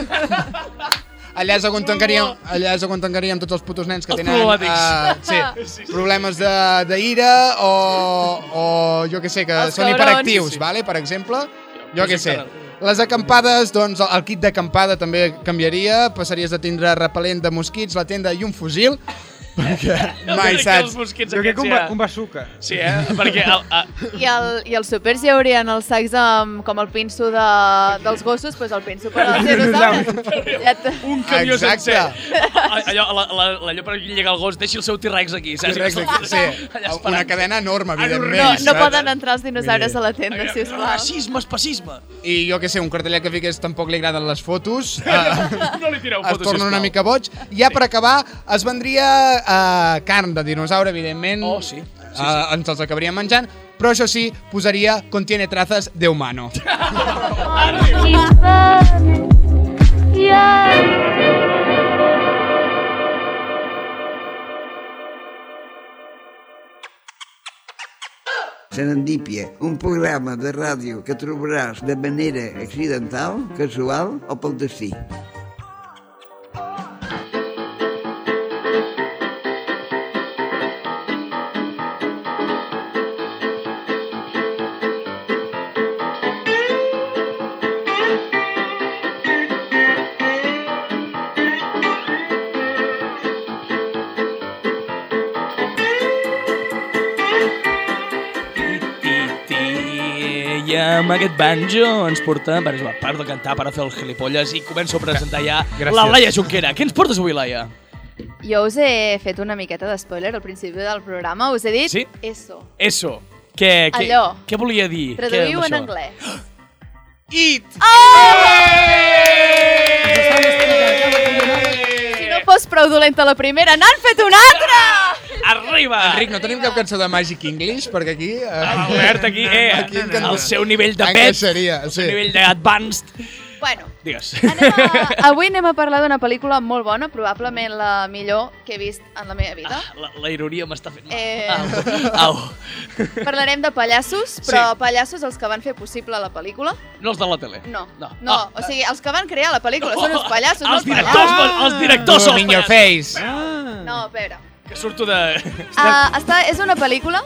Allà és on tancaríem, allà és on tancaríem tots els putos nens que
Els
tenen eh,
problemàtics.
sí, problemes de, de ira o, o jo que sé, que
Els
són
cabrons.
hiperactius,
Sí, sí.
vale? per exemple. Jo que sé.
Projecte
Les acampades, doncs el kit d'acampada també canviaria, passaries de tindre repel·lent de mosquits, la tenda i un fusil, perquè mai saps.
Jo crec que un, ba un bazooka.
Sí, eh? Perquè el,
I, el, I els supers hi haurien els sacs amb, com el pinso de, dels gossos, doncs el pinso per als dinosaures. Ja et-
un camió
Exacte.
sencer. A- Allò, la, la, allò per llegar el gos, deixi el seu T-Rex aquí, saps?
T-Rex aquí, sí.
Allà esperant.
Una cadena enorme, evidentment.
No, no
saps?
poden entrar els dinosaures a la tenda,
Allò,
sisplau.
Racisme, espacisme.
I jo que sé, un cartellet que fiqués tampoc li agraden les fotos. eh,
No li tireu
es
fotos,
torna una
sisplau.
mica boig. I ja per acabar, es vendria eh, carn de dinosaure, evidentment.
Oh, sí.
Sí, sí. Eh, ens els acabaríem menjant, però això sí, posaria contiene trazas de humano.
Serendípia, un programa de ràdio que trobaràs de manera accidental, casual o pel destí.
I amb aquest banjo ens porta, per exemple, a part de cantar, per a fer el gilipolles, i començo a presentar ja
Gràcies.
la Laia Junquera. Què ens portes avui, Laia?
Jo us he fet una miqueta de spoiler al principi del programa. Us he dit
Sí?
eso.
Eso. Què, què,
Allò.
què volia dir? Què
Traduïu
amb
en
això?
anglès. Oh!
It!
Si no fos prou dolenta la primera, n'han fet una altra!
Arriba!
Enric, no tenim cap cançó de Magic English? Perquè aquí...
Ah,
Eh,
Albert, aquí, eh,
Aquí en cantant.
el seu nivell de pet,
encaixaria,
el
sí.
nivell d'advanced,
Bueno,
digues.
anem a, avui anem a parlar d'una pel·lícula molt bona, probablement la millor que he vist en la meva vida.
La, la ironia m'està fent mal.
Eh.
Au. Au.
Parlarem de pallassos, però
Sí.
pallassos els que van fer possible la pel·lícula.
No els de la tele.
No, no, no
Ah, Oh.
o sigui, els que van crear la pel·lícula són els pallassos, no
els
els pallassos.
directors, ah! els directors són els
your
pallassos.
face.
No, a veure.
Que surto de...
Ah, està, és una pel·lícula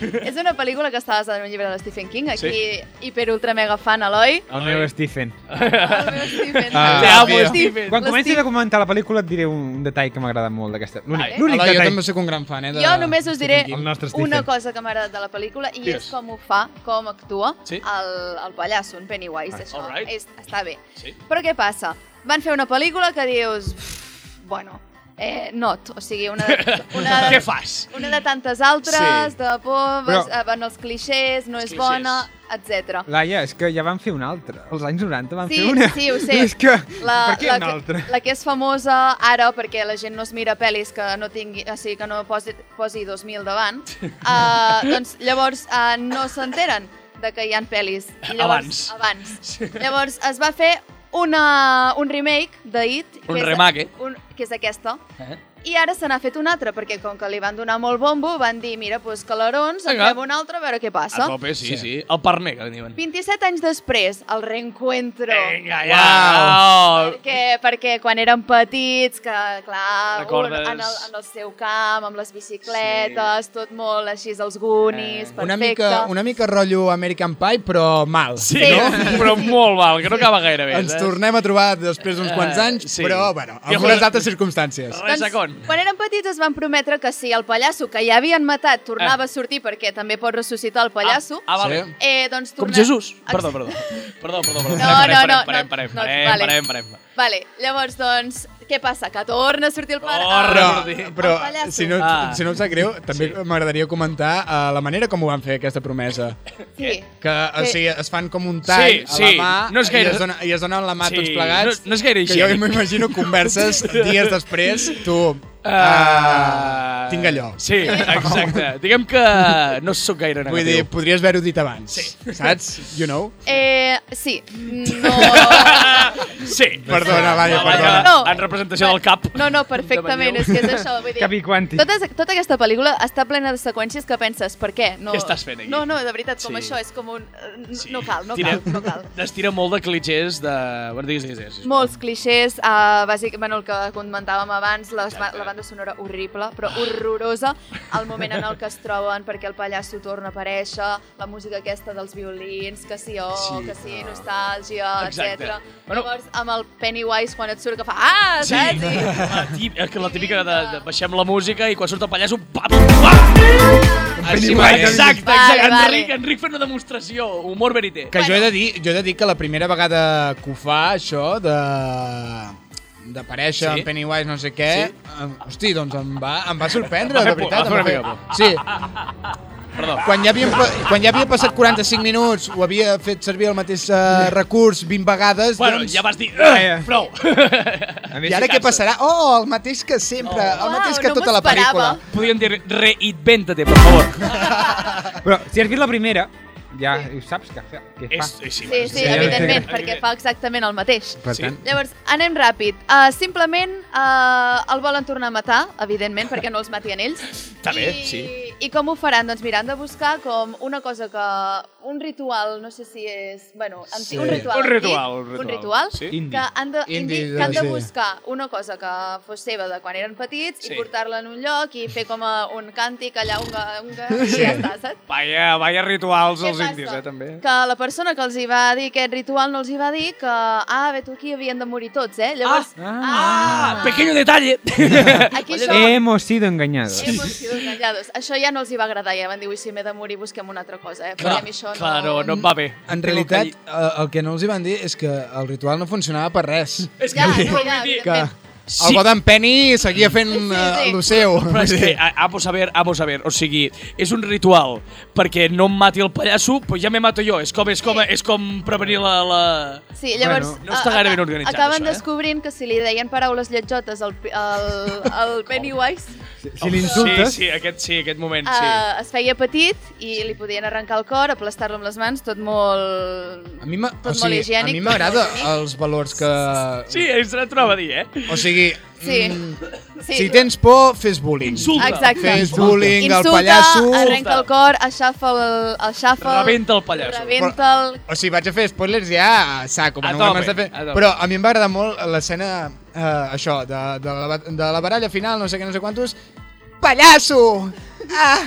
és una pel·lícula que està basada en un llibre de Stephen King. Aquí, hiper ultra mega fan, Eloi.
Ah. El meu Stephen.
El meu Stephen.
Ah,
Te amo,
tio.
Steven.
Quan
L'Steve-
comenci a comentar la pel·lícula et diré un detall que m'ha agradat molt d'aquesta.
Vale.
L'únic l'únic
Hola, jo
detall.
també sóc un gran fan, eh? De...
Jo només us diré
El nostre Stephen.
una cosa que m'ha agradat de la pel·lícula i
Digues.
és com ho fa, com actua
Sí.
el, el pallasso, en Pennywise. Això
alright.
és, està bé.
Sí.
Però què passa? Van fer una pel·lícula que dius... "Pff, Bueno, eh, not. O sigui, una de, una
Què
de,
fas?
una de tantes altres,
Sí.
de por,
Però-
vas- eh, van els clixés, no
Els
és bona, etc.
Laia, és que ja van fer una altra. Els anys 90 van
Sí,
fer una.
sí, ho sé.
És que...
La,
per què
la,
una altra?
que- la que és famosa ara, perquè la gent no es mira pel·lis que no, tingui, o sigui, que no posi, posi 2000 davant, uh, doncs llavors uh, no s'enteren de que hi ha pel·lis. I
Abans.
Llavors, abans. Llavors es va fer una, un remake de It.
Un
que és-
remake.
Un, que és aquesta.
Eh?
I ara se n'ha fet una altra, perquè com que li van donar molt bombo, van dir, mira, doncs calarons, en
Vinga.
fem una altra, a veure què
A
passa.
tope, sí, sí. sí. El parner, que en diuen.
27 anys després, el reencuentro.
Vinga, ja. Wow.
Perquè, perquè quan érem petits, que clar, un,
Recordes?
en, el, en el seu camp, amb les bicicletes, sí. tot molt així, els gunis, eh, perfecte.
Una mica, una mica rotllo American Pie, però mal.
Sí,
Sí.
no? però molt mal, que no acaba gaire bé. eh?
Ens
saps?
tornem a trobar després d'uns quants
Eh,
anys,
sí.
però, bueno,
Jo
amb unes
crec-
altres circumstàncies.
Res a Doncs con.
Doncs, quan érem petits es van prometre que si el pallasso que ja havien matat tornava a sortir, perquè també pot ressuscitar el pallasso,
Ah, vale.
Sí.
eh, doncs
Com
tornem...
Jesús.
Ex-
Perdó, perdó. Perdó, perdó, perdó. Parem,
No, no,
parem,
no,
Parem,
no,
parem,
no,
parem,
vale.
parem, parem.
Vale, llavors, doncs, què passa? Que torna a sortir el pare...
Torna
Però,
Ah, per dir.
però
El pallasso.
si, no,
Ah.
si no us sap greu, també m'agradaria comentar uh, la manera com ho van fer, aquesta promesa.
Sí.
Que, o
Sí.
sigui, es fan com un tall
Sí,
a
sí,
la mà
no és
i,
gaire-
es dona, i es donen la mà
Sí,
Ah, tots plegats.
no- no és gaire
Que jo
higiènic.
m'imagino converses dies després, tu...
Uh...
Ah, tinc allò.
Sí, exacte. Diguem que no sóc gaire negatiu.
eh, Vull dir, podries haver-ho dit abans, sí. saps? You know?
Eh, sí. No,
Ah, Sí.
Perdona, Laia, perdona.
No.
En representació del cap.
no, no perfectament. És que és això, vull dir...
Capi quanti.
Tota, tota aquesta pel·lícula està plena de seqüències que penses, per què? No,
Què estàs fent aquí?
No, no, de veritat, com
Sí.
sí. això és com un... eh,
Sí.
No cal, no
Tira-
cal, no cal.
Destira molt de clichés de... Bueno, digues, digues, digues.
Molts clixés, uh, bàsic, bueno, el que comentàvem abans, la, la banda sonora horrible, però horrorosa, el moment en el que es troben perquè el pallasso torna a aparèixer, la música aquesta dels violins, que sí, oh,
Sí.
sí, que sí, nostàlgia,
Exacte.
etc.
Bueno-
Bueno, Llavors, amb el Pennywise, quan et surt que fa, ah,
Sí,
saps? I-
la, tí- és que la típica de, de baixem la música i quan surt el pallasso... Pam, pam! Així, va,
Pennywise.
exacte, exacte.
Vale, vale.
Enric, Enric fent una demostració, humor verité.
Que jo he de dir, jo he de dir que la primera vegada que ho fa, això de d'aparèixer
Sí.
sí. en Pennywise no sé què,
Sí.
sí. hosti, doncs em va, em va sorprendre,
Va fer
de
por,
veritat.
va fer
em
una
va
mica
fer- Sí,
Perdó.
quan ja, havia, quan ja havia passat 45 minuts, ho havia fet servir el mateix eh, recurs 20 vegades,
Bueno,
doncs...
ja vas dir...
Vaja.
"Ugh, Prou!
A
I ara què passarà? Oh, el mateix que sempre, oh. el mateix
Uau,
que
no
tota
m'ho
la pel·lícula.
esperava.
Podríem dir reinventa-te, per favor.
Però si has vist la primera, ja ho saps que, fa- que fa.
és, és, sí,
Sí, sí,
Sí,
evidentment,
sí.
perquè fa exactament el mateix.
Per
sí.
tant,
Llavors, anem ràpid. Uh, simplement uh, el volen tornar a matar, evidentment, perquè no els matien ells.
Està bé,
I,
sí.
I com ho faran? Doncs mira, han de buscar com una cosa que... Un ritual, no sé si és... Bueno, antic, sí. un ritual.
Un ritual,
antic,
un ritual.
Un ritual
Sí.
Indi.
que han de,
Indi,
indi, que han de
sí.
buscar una cosa que fos seva de quan eren petits
Sí.
i portar-la en un lloc i fer com a un càntic allà, un, ga- un, ga- i ja està, saps?
Vaya, vaya rituals
Què passa?
eh,
Que la persona que els hi va dir aquest ritual no els hi va dir que, ah, bé, tu aquí havien de morir tots, eh? Llavors, ah,
Ah,
Ah, pequeño detalle.
aquí això...
Hemos sido engañados.
Hemos sido engañados. Això ja no els hi va agradar, ja van dir, ui, si m'he de morir, busquem una altra cosa, eh? Perquè a mi això no...
Claro, no em va bé.
En
Tengo
realitat,
que-
eh, el que no els hi van dir és que el ritual no funcionava per res.
És
Ja,
que,
no, ja,
Que
evidentment.
Sí.
el Godan Penny seguia fent
Eh, Sí, sí,
eh,
sí.
lo seu.
Però és que, a- vamos a ver, vamos a ver, o sigui, és un ritual, perquè no em mati el pallasso, però ja me mato jo, és com, és com, és com prevenir la... la...
Sí, llavors...
Bueno,
no està gaire ben
a- a-
organitzat,
Acaben
això, eh?
descobrint que si li deien paraules lletjotes al, pi- al, al Pennywise,
Si l'insultes...
Sí, sí, aquest, sí, aquest moment, sí.
eh, es feia petit i li podien arrencar el cor, aplastar-lo amb les mans, tot molt...
A mi m'a- o
Tot molt
sigui, a
higiènic,
mi
tot
m'agrada
molt bonic.
els valors que...
Sí, ens l'entrava a dir, eh?
O sigui, mm,
Sí. Sí.
si tens por, fes bullying.
Insulta.
Exacte.
Fes bullying al
Insulta,
pallasso.
arrenca el cor, aixafa el, el xafa...
Rebenta el pallasso.
Rebenta'l...
O sigui, vaig a fer spoilers ja a saco.
A
no ho hem
tope,
estat fent.
a tope.
Però a mi em va agradar molt l'escena, eh, això, de, de, la, ba- de la baralla final, no sé què, no sé quantos. Pallasso! Ah,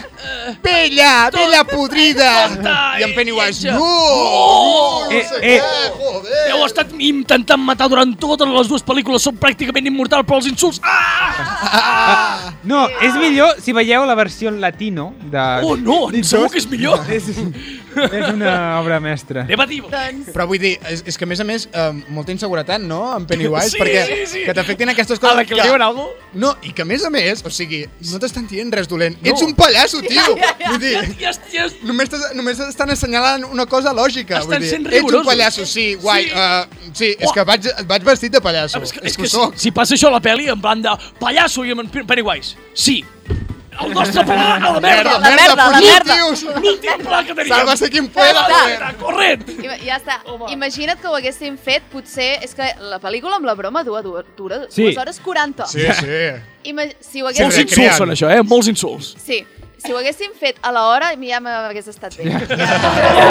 vella, vella podrida!
tonta
I en Pennywise,
i lletja.
no! no, no
Eh,
sé
eh.
què, joder!
Oh, Heu estat intentant matar durant totes les dues pel·lícules, som pràcticament immortal per als insults. Ah!
No, és millor si veieu la versió en latino de...
Oh, no, segur que és millor.
És, és una obra mestra.
Debatible.
Doncs
Però vull dir, és, és que a més a més, eh, molta inseguretat, no?, en Pennywise,
Sí,
perquè
sí, sí.
que t'afectin aquestes
A
coses...
la que li diuen alguna cosa?
No, i que a més a més, o sigui, no t'estan dient res dolent. No. Ets un pallasso, tio!
ja, ja.
Vull dir,
Ja, ja, ja,
Només, t'es- només estan assenyalant una cosa lògica.
Estan
vull dir,
sent
Ets
rigorosos.
un pallasso, sí, guai.
Sí.
Sí, uh, sí és
Uah.
que vaig, vaig vestit de pallasso.
És que, és
ho
que si,
soc.
si passa això a la pel·li, en plan de pallasso i amb en Pe- Pennywise. Sí. El nostre pla, a la merda.
La merda, la
fugit,
merda.
tios!
L'últim pla que teníem.
Sálvase quien pueda,
Corrent, corrent.
I- Ja està. Home. Imagina't que ho haguessin fet, potser... És que la pel·lícula amb la broma dura, dura, dura
Sí.
2 hores 40.
Sí, sí.
Ima si ho
Molts
Sí,
haguessin...
sí.
insults són això, eh? Molts insults.
Sí, si ho haguessin fet a l'hora, ja m'hagués estat bé. Ja.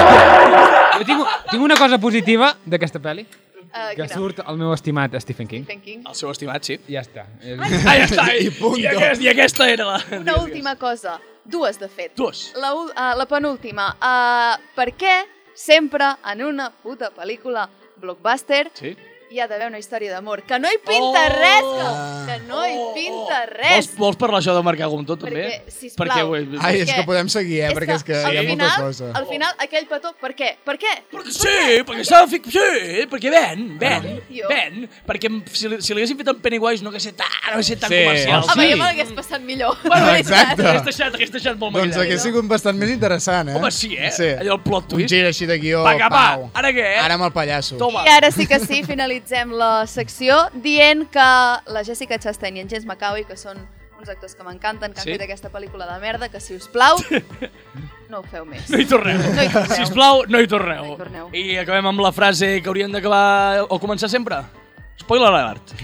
Jo tinc, tinc una cosa positiva d'aquesta pel·li,
Uh,
que surt el meu estimat Stephen King.
King.
El seu estimat, sí.
Ja està.
Ah, ja està. I,
punto.
I, aquest, I aquesta era la...
Una última cosa. Dues, de fet.
Dues.
La, u- eh, la penúltima. Uh, per què sempre en una puta pel·lícula blockbuster
Sí.
hi ha d'haver una història d'amor? Que no hi pinta
Oh.
res! Que, que no hi pinta
Vols,
res!
vols parlar això de marcar algun tot, també?
Perquè, sisplau.
Perquè, eh, ho he-
Ai, és
que-
que podem seguir, eh? Perquè és que
al
hi ha molta
final,
cosa.
Al final, aquell petó, per què? Per què?
perquè sí, perquè s'ha de ficar... Sí, perquè ven, ven,
Ah. Jo.
ven. Perquè si, li- si l'haguessin fet amb Pennywise no hagués estat tan, no hagués estat tan
Sí.
comercial.
Home,
sí.
ja me l'hagués passat millor.
Bueno,
Exacte.
Hagués deixat, hagués deixat molt
Doncs
maquillat.
hagués sigut bastant més interessant, eh?
Home, sí, eh? Allò, el plot
Un
twist.
gir així de guió,
Va, que va,
pau.
ara què, eh?
Ara amb el pallasso.
Toma.
I ara sí que sí, finalitzem la secció dient que la Jessica Chastain i en James McAvoy, que són uns actors que m'encanten, que
Sí?
han fet aquesta pel·lícula de merda, que si us plau, no ho feu més.
No hi torneu.
No hi torneu.
Sisplau, no hi torneu.
No hi torneu.
I acabem amb la frase que hauríem d'acabar o començar sempre. Spoiler alert.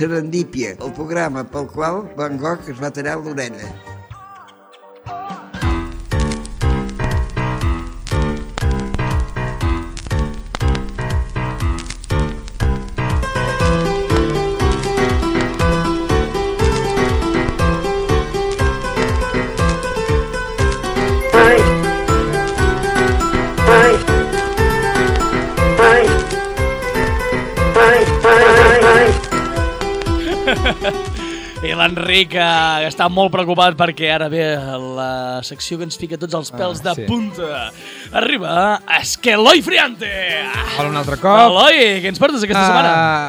Serendípia, el programa pel qual Van Gogh es va tallar l'orella.
I l'Enric eh, està molt preocupat perquè ara ve la secció que ens fica tots els pèls
Ah,
de
sí.
punta. Arriba Esqueloi Friante!
Hola un altre cop.
Eloi, què ens portes aquesta setmana?
Ah,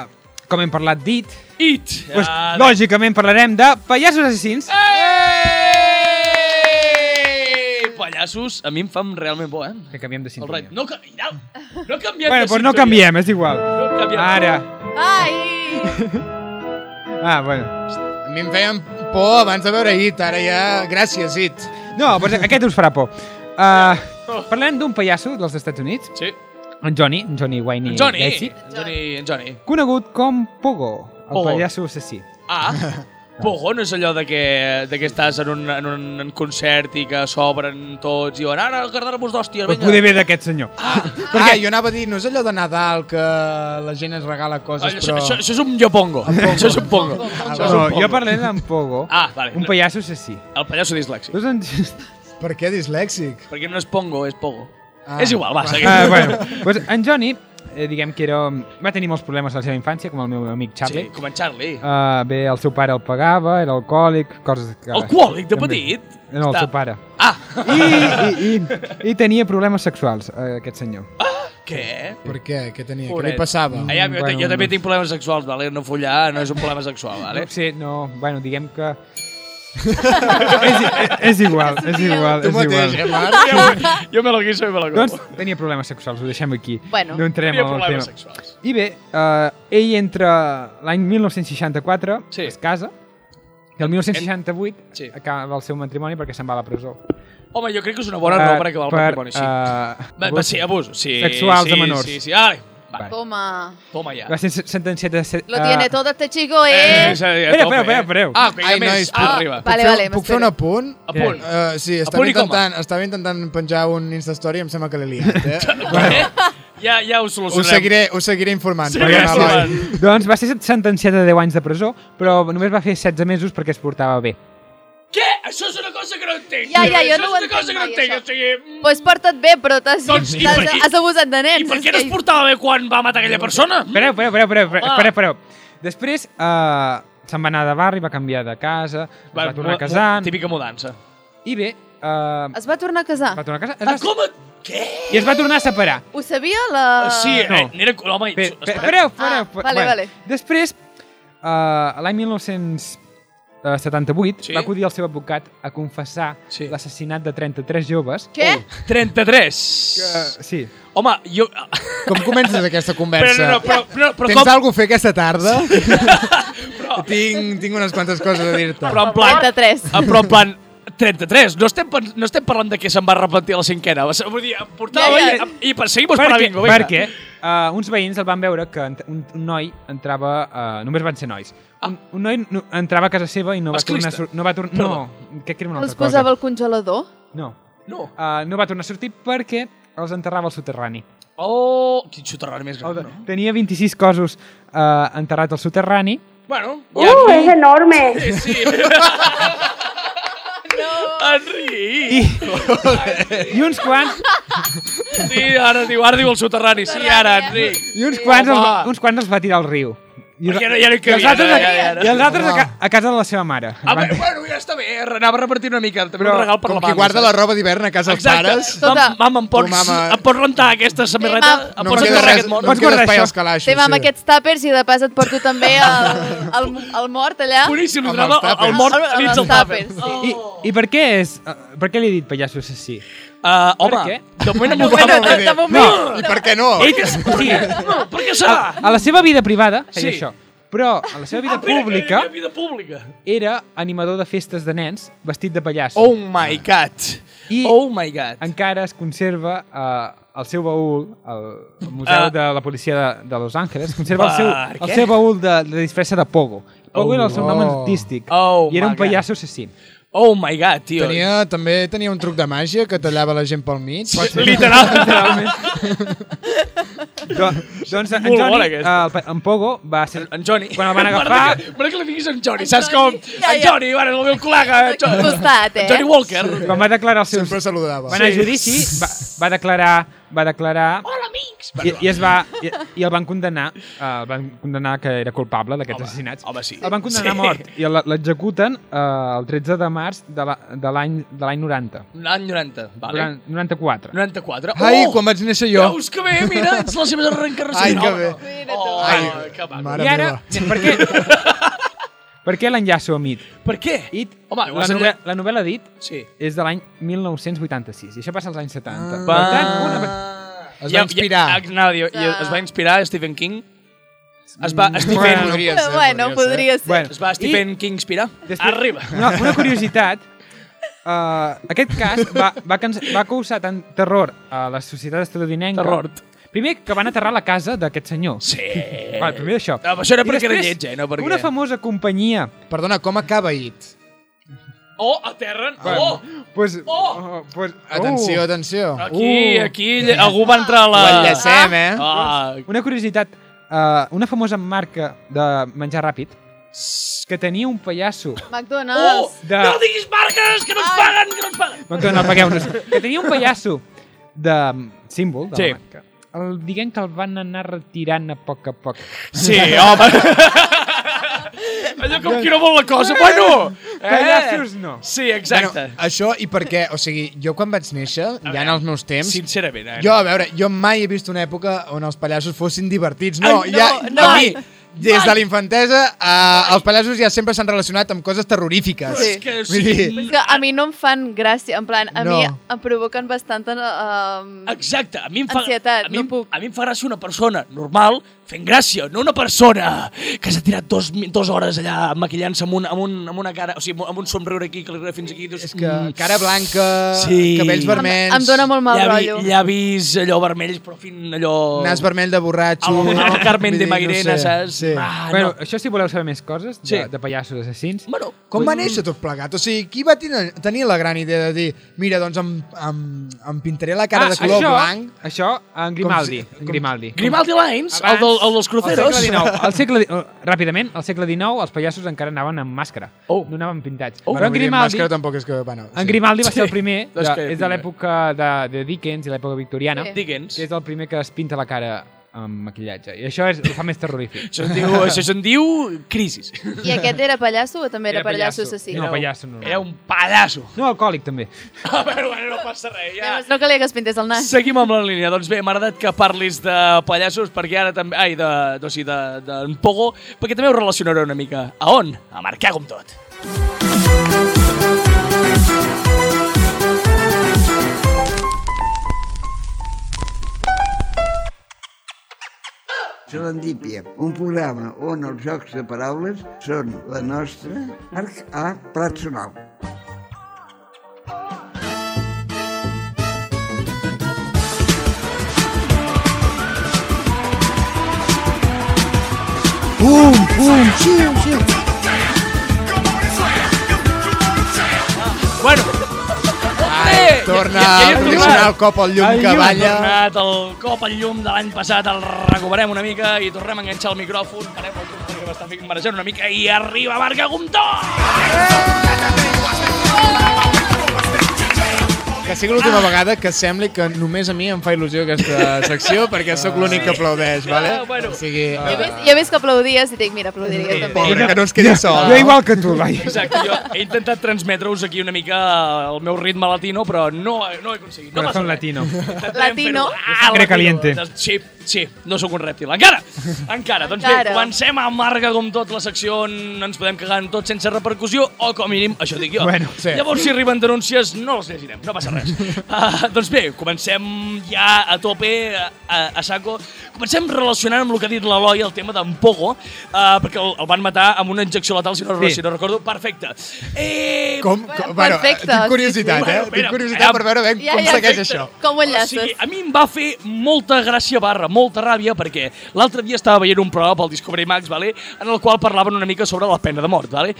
com hem parlat dit,
It!
doncs,
Ah, de-
lògicament parlarem de pallassos assassins.
Ah. Ei! Pallassos, a mi em fan realment por, eh?
Que canviem de
El
sintonia.
raid. No, ca- no, no canviem de
bueno, doncs no
sintonia.
canviem, és igual.
No canviem.
Ara.
Ai!
Ah, bueno.
A mi em feien por abans de veure It, ara ja... Gràcies, It.
No, doncs aquest us farà por. Uh, parlem d'un pallasso dels Estats Units,
Sí.
en Johnny, en Johnny Wayne
En Johnny.
Gacy,
En Johnny. En Johnny.
conegut com Pogo, el
Pogo.
pallasso assassí.
Ah, Pogo no és allò de que, de que estàs en un, en un concert i que s'obren tots i diuen ara agarrar-vos d'hòsties,
Pues
vinga.
poder ve d'aquest senyor. Ah,
Ah, jo anava a dir, no és allò de Nadal que la gent es regala
Allò,
coses,
això,
però...
això, això és un yopongo. Això és un pongo. Això és
no,
un pongo.
jo parlaré d'en Pogo,
Ah, vale.
un pallasso assassí.
El pallasso dislèxic.
Dos anys...
Per què dislèxic?
Perquè no és pongo, és pogo. Ah. És igual, va, seguim.
Ah, bueno, doncs en Johnny, eh, diguem que era, va tenir molts problemes a la seva infància, com el meu amic
Sí,
Charlie.
com en Charlie.
Uh, bé, el seu pare el pagava, era alcohòlic, coses... Que...
Alcohòlic, de
També.
petit?
No, el
Està-
seu pare.
Ah!
I, i, i, i tenia problemes sexuals, eh, aquest senyor.
Què?
Per què? Què tenia? Què
Pobret.
li passava?
Ah, ja, jo,
Bueno,
bueno, jo també
no.
tinc problemes sexuals, vale? no follar no és un problema sexual.
Vale.
Vale?
No sé, no... Bueno, diguem que... és, és, és igual, és igual,
Tu
és
mateix,
igual.
eh, Marc?
Jo me lo guiso i me lo
Doncs
como.
tenia problemes sexuals, ho deixem aquí.
Bueno.
no entrem
Tenia
en el tema.
problemes sexuals.
I bé, eh, ell entre l'any 1964
Sí.
sí. es casa i el 1968
Sí.
sí. acaba el seu matrimoni perquè se'n va a la presó. Eh,
Home, jo crec que és una bona raó per acabar el matrimoni, sí.
Uh,
Va, va ser abús. Sí,
Sexuals
sí,
a menors.
Sí, sí, vale. Va,
Vale.
Toma.
toma ja.
Va ser sentenciat a... Set,
Lo tiene todo este chico, eh?
Ah. Eh, és a dir, a
Espera,
tope,
espera, espera,
eh?
espera.
Ah, que hi
Ai,
ha més.
nois, Eh,
Ah,
però-
arriba.
Vale,
puc fer,
vale,
Puc fer
m'espero.
un apunt?
A punt.
eh,
Uh, sí,
punt
estava
i coma.
intentant, estava intentant penjar un Instastory i em sembla que l'he liat,
Eh?
eh?
Ja, ja ho
ho,
solucionarem.
seguiré, ho seguiré informant.
Sí,
perdona,
sí,
Eloi.
sí.
Doncs va ser sentenciat a 10 anys de presó, però només va fer 16 mesos perquè es portava bé.
Què? Això és una cosa que no entenc.
Ja, ja, jo
això
no ho
és una cosa
entenc
que no
mai,
entenc. O
això.
sigui,
Pues porta't bé, però t'has
Doncs, i per
t'has-
què-
has abusat de nens.
I per
és
què no
que-
es portava bé quan va matar aquella persona?
Espera, espera, espera, espera, espera,
Ah.
espera, espera. Després eh, se'n va anar de barri, va canviar de casa, es va, va tornar a casar,
Típica mudança.
i bé, eh,
Es va tornar a casar.
va tornar a casar,
Ah,
es va,
com? Què?
i es va tornar a separar.
Ho sabia la...
Sí,
no.
eh, n'era... Home,
Pe- pe-
espera.
Espereu, espereu.
Ah,
pe-
vale,
bueno.
vale.
Després, uh, l'any 1978,
Sí.
va acudir el seu advocat a confessar
Sí.
l'assassinat de 33 joves.
Què?
Oh. 33.
Que, sí.
Home, jo...
Com comences aquesta
Però,
conversa?
no, no, però, no, però
Tens
com...
alguna cosa a fer aquesta tarda? tinc, tinc unes quantes coses a dir-te.
Però en plan...
33.
Ah, Però en plan... 33. No estem, pen- no estem parlant de que se'n va repentir a la cinquena. Va ser- Vull dir, em portava
Ja,
ja,
ja.
i, i seguim Doncs per la bingo. vinga.
perquè uh, uns veïns el van veure que ent- un, un noi entrava... Uh, només van ser nois. Ah. Un, un noi no, entrava a casa seva i no va
Masclista.
tornar... a sur- No, va tor
Perdó.
no, crec que era una
Els
altra cosa.
posava al congelador?
No.
No.
Uh, no va tornar a sortir perquè els enterrava al soterrani.
Oh, quin soterrani més gran, no?
Tenia 26 cossos uh, enterrats al soterrani
Bueno, ja...
¡Uh, es enorme!
Sí, sí.
No.
Enric!
I, i uns quants,
Sí, ara diu, ara diu el soterrani. Sí, ara,
eh.
Enric.
i uns quants, els, va-
Home.
uns quants els va tirar al riu. I, els-
Perquè no- ja no hi
i els
cabien,
altres,
ara, ja, ja,
a,
ja.
i els altres a, ca, a casa de la seva mare.
Ah, bé, bueno, ja està bé. eh, Anava repartint una mica. També
Però
un regal per
Com
la
qui
mama.
guarda la
saps?
roba d'hivern a casa dels
Exacte.
pares.
Escolta.
Mam, mam, em pots,
Tu, mama.
em pots rentar aquesta samarreta?
mam.
eh, Em
No em
pots
queda
enterrar
res,
aquest
no
món?
em
Pots
queda
guardar
espai
això.
als calaixos.
Té, mam,
sí.
aquests tàpers i de pas et porto també el, el, el mort allà.
Boníssim, li
Amb
donava
els tàpers.
el mort
Amb- amb
dins
els
el tàper.
tàpers,
Oh.
I, I per què és... eh, per què li he dit pallasso assassí?
Uh, home,
Per què?
de moment em
No,
ho
no,
fa
no,
de moment.
I per què no?
Ell que... Sí,
No, per què
a,
serà?
a la seva vida privada feia
Sí.
això. Però a la seva vida pública
Mira, vida pública.
era animador de festes de nens vestit de pallasso.
Oh my god.
I-
Oh my god.
Encara es conserva eh, el seu baúl, el, el Museu
Ah.
de la Policia de, de Los Angeles, conserva el
Per
seu, el
què?
seu baúl de, de disfressa de Pogo. Pogo era el seu nom
Oh.
artístic
Oh
i era
my
un
God.
pallasso assassí.
Oh my god, tio.
Tenia, també tenia un truc de màgia que tallava la gent pel mig.
Literal.
Literalment. Do, doncs en
Molt bona
Johnny, eh,
aquesta.
el, pa- en Pogo va ser...
En Joni.
Quan el van
M'agrada
agafar,
que- M'agrada que li diguis en Joni,
En
saps com?
Joni, ja,
En
ja.
Joni, bueno, és el meu col·lega. en
Al
Joni-
costat, eh?
en Johnny Walker.
quan va declarar els seus...
Sempre saludava.
Van anar a judici, va, va declarar... Va declarar...
Hola, amics.
I, i, es va, i, i el van condenar eh, el van condenar que era culpable d'aquests assassinats
home, sí.
el van condenar
Sí.
a mort i la- l'executen eh, el 13 de març de la- de l'any de l'any 90
L'any 90, vale.
vale. 94
94.
Ai, quan vaig néixer jo.
Oh! Veus que bé, mira, ets les seves arrencarracions.
Ai, que
No,
bé.
no. Oh,
Ai,
que maco.
mare
i ara per què per què l'enllaço amb It?
Per què?
It
Home, ho
la,
has
novel·la,
enllat-
la novel·la d'It
Sí.
és de l'any 1986 i això passa als anys 70
Ah. Va...
per tant una...
Es va inspirar.
Ja, ah, no, jo, jo, es va inspirar Stephen King. Es va,
Mm.
Stephen,
Bueno.
Podria
Però
ser,
bueno, podria ser.
bueno,
es va
i-
Stephen King inspirar.
Després-
Arriba.
Una, una curiositat. Uh, aquest cas va, va, cans- va causar tant terror a la societat estadounidenca...
Terror.
Primer, que van aterrar la casa d'aquest senyor.
Sí.
Vale, primer això.
No, però això era
I
perquè era
després,
lleig, eh, no perquè-
Una famosa companyia...
ser. Perdona, com acaba IT?
Oh, aterren.
Ah,
Oh,
Pues,
Oh!
pues,
Atenció,
uh,
atenció.
aquí, aquí, lle- algú va entrar a la...
Ho enllacem, eh?
Ah,
Una curiositat. Uh, una famosa marca de menjar ràpid que tenia un pallasso
oh,
McDonald's.
de...
no diguis marques, que no ens paguen, que no ens paguen.
McDonald's, pagueu-nos. Que tenia un pallasso de mm, símbol de
Sí.
la marca, el, diguem que el van anar retirant a poc a poc.
Sí, home. Allò com qui no vol la cosa, bueno! eh?
Eh!
Pedaços no.
Sí, exacte.
Bueno, això i per què? O sigui, jo quan vaig néixer, ja en els meus temps...
Sincerament, eh?
Jo, a veure, jo mai he vist una època on els pallassos fossin divertits. No,
Ai, no,
ja,
no.
a mi, des de la infantesa, eh, els pallassos ja sempre s'han relacionat amb coses terrorífiques.
Sí.
És que, o
Vull
sigui,
dir,
És que a mi no em fan gràcia, en plan, a
No.
mi em provoquen eh, bastanta... Uh,
Exacte, a mi em fa,
Ansietat,
a mi, em-
no puc.
A mi em fa gràcia una persona normal fent gràcia, no una persona que s'ha tirat dos, mi- dos hores allà maquillant-se amb, un, amb, un, amb una cara, o sigui, amb un somriure aquí, que li arriba fins aquí. Dius,
és que
mm,
cara blanca,
Sí.
cabells
Em-
em,
vermells,
em dóna molt mal
llavi,
rotllo.
Llavis allò vermells, però fin allò...
nas vermell de borratxo...
Al, al Carmen
Vull
de
dir, no
Mairena,
sé,
saps?
Sí.
Ah,
bueno,
no.
això si voleu saber més coses de,
Sí.
de pallassos assassins.
bueno,
Com va néixer tot plegat? O sigui, qui va tenir, tenir la gran idea de dir mira, doncs em, em, em pintaré la
Ah,
cara de color
Ah, això,
blanc?
Això, en Grimaldi.
Com si-
en
com-
Grimaldi.
Grimaldi Lines, el,
Abans,
del, el dels
Al
cruceros.
segle XIX, al segle, di- eh, ràpidament, al segle XIX els pallassos encara anaven amb màscara.
Oh.
No anaven pintats.
Oh.
Però en
vull dir,
Grimaldi,
Màscara tampoc és que... Bueno,
en Grimaldi va ser el primer,
Sí.
de,
És que-
és de l'època de, de Dickens i l'època victoriana,
Sí.
Digue'ns.
que és el primer que es pinta la cara amb maquillatge. I això és, el fa més terrorífic.
Això se'n diu, això se'n diu crisis.
I aquest era pallasso o també era, pallasso assassí?
No, pallasso normal.
Era un pallasso.
No, alcohòlic també.
A veure, Ah, bueno, no passa res, ja.
Llavors no calia que es pintés el nas.
Seguim amb la línia. Doncs bé, m'ha agradat que parlis de pallassos, perquè ara també... Ai, de, no, sí, de, de en Pogo, perquè també ho relacionaré una mica. A on? A marcar com tot.
Serendípia, un programa on els jocs de paraules són la nostra arc a plat sonal. Pum, pum, xiu, xiu.
Bueno. Ai,
Torna a proporcionar el cop al llum
Ai,
que
llum,
Hem
balla.
tornat el cop al llum de l'any passat, el recuperem una mica i tornem a enganxar el micròfon, parem el compte que m'està fent mereixent una mica i arriba Marca Gomtor!
Que sigui l'última vegada que sembli que només a mi em fa il·lusió aquesta secció perquè sóc l'únic que aplaudeix, vale?
Ah, bueno.
O sigui,
Jo he
uh,
vist, jo he vist que aplaudies i dic, mira, aplaudiria jo també.
pobre, que no es quedi sol.
Jo igual que tu, vai.
Exacte, jo he intentat transmetre-us aquí una mica el meu ritme latino, però no, no he aconseguit. No passa
Corazón
res.
latino.
Intentarem
Latino.
fer-ho. Ah,
Sangre
latino.
caliente.
Sí, sí, no sóc un rèptil. Encara! Encara. Doncs bé,
Encara.
comencem a marca com tot la secció on ens podem cagar en tot sense repercussió, o com a mínim, això dic jo.
Bueno,
sí.
Llavors, si arriben denúncies, no les llegirem, no passa res. uh, doncs bé, comencem ja a tope, a, a, a saco. Comencem relacionant amb el que ha dit l'Eloi, el tema d'en Pogo, uh, perquè el, el van matar amb una injecció letal, si no,
Sí.
si no recordo. Perfecte. Eh,
Com, com, bueno,
Perfecte,
tinc curiositat,
sí, sí.
eh?
Bueno,
Tinc
espera,
curiositat per veure ben
Ja,
com
ja,
segueix
perfecte.
això.
Com ho enllaces?
O sigui, a mi em va fer molta gràcia barra, molta ràbia, perquè l'altre dia estava veient un programa pel Discovery Max, vale? en el qual parlaven una mica sobre la pena de mort. Vale?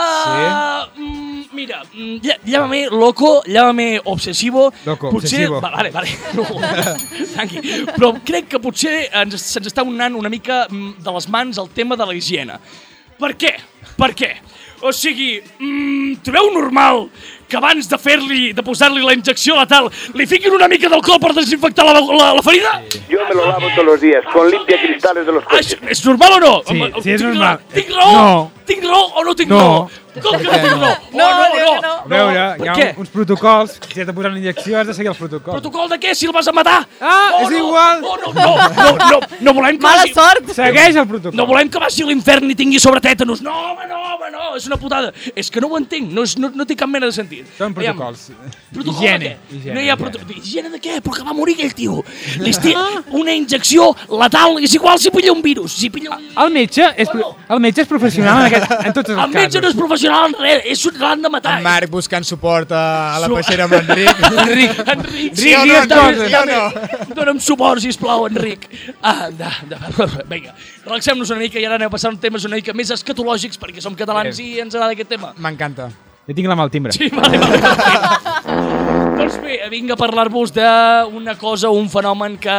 Uh, sí. Mira, mm, lla- llámame loco, llámame obsesivo.
Loco,
potser...
obsesivo.
Va, Ah, vale, vale. No, tranqui. Però crec que potser ens, se'ns està unant una mica mm, de les mans el tema de la higiene. Per què? Per què? O sigui, mm, trobeu normal que abans de fer-li, de posar-li la injecció letal, li fiquin una mica d'alcohol per desinfectar la, la, la ferida? Sí.
Yo me lo lavo todos los días con limpia cristales de los
Aix,
coches.
és normal o no?
Sí,
Home,
sí, és
tinc
normal.
Raó, tinc raó?
No.
Tinc raó o no tinc
No.
raó? Com que no tinc raó?
No,
oh, no,
diu que
no.
no.
A veure, hi
per
ha
què?
un, uns protocols, si has de posar una injecció has de seguir el protocol.
Protocol de què, si el vas a matar?
Ah, és igual.
No, no, no, no, no, no volem que
Mala
vagi-
sort!
Segueix el protocol.
No volem que vagi a l'infern i tingui sobre tètanos. No, home, no, home, no, és una putada. És que no ho entenc, no, és, no, no té cap mena de sentit.
Són
Aviam,
protocols.
Protocol
Higiene.
de què?
Higiene,
no hi ha
higiene. Ah.
protocol. Higiene de què? Però que va morir aquell tio. Li esti... Una injecció letal és igual si pilla un virus. Si pilla un...
El metge és, pro- el metge és professional en, aquest, en tots els
El metge no és
Ah, casos.
professional en res, és un l'han de matar.
En Marc buscant suport a, a la
Su-
peixera amb l'Enric.
Enric, Enric,
Sí o no,
digues,
Anton?
digues,
Sí o
digues. Dóna'm suport, sisplau, Enric. Ah, de, de, vinga, relaxem-nos una mica i ara anem a passar a temes una mica més escatològics perquè som catalans i ens agrada aquest tema.
M'encanta.
Jo tinc la mal timbre.
Sí, vale, vale, vale. doncs bé, vinc a parlar-vos d'una cosa, un fenomen que...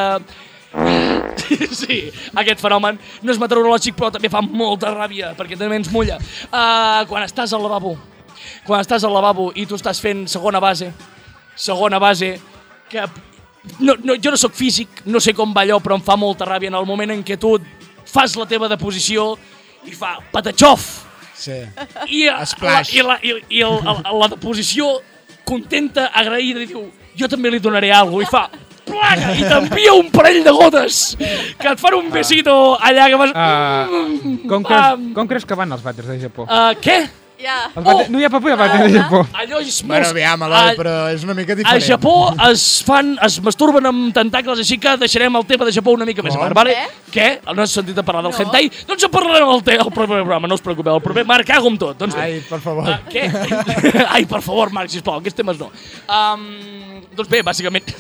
Sí, aquest fenomen no és meteorològic, però també fa molta ràbia, perquè també ens mulla. Uh, quan estàs al lavabo, quan estàs al lavabo i tu estàs fent segona base, segona base, que no, no, jo no sóc físic, no sé com va allò, però em fa molta ràbia en el moment en què tu fas la teva deposició i fa patatxof.
Sí.
I, eh, la,
Splash.
i, la, i, i el, el, la deposició contenta, agraïda, i diu jo també li donaré alguna cosa. I fa plaga i t'envia un parell de gotes que et
Ah.
fan un besito allà que vas...
Uh, com, creus,
Ah.
com creus que van els vàters de Japó?
Uh, què?
Ja.
Els vàters,
oh.
No hi ha paper de vàters de Japó.
Allò és molt...
Bueno, aviam, Eloi,
a-
però és una mica
A
diferent.
Ah, Japó es fan, es masturben amb tentacles, així que deixarem el tema de Japó una mica més
Com?
a part, vale?
Eh?
Què? No has sentit a parlar del hentai? Doncs en parlarem al, te- al proper programa, no us preocupeu. El proper, Marc, cago amb tot. Doncs bé.
Ai, per favor.
Ah, què? Ai, per favor, Marc, sisplau, aquests temes no. Um, doncs bé, bàsicament,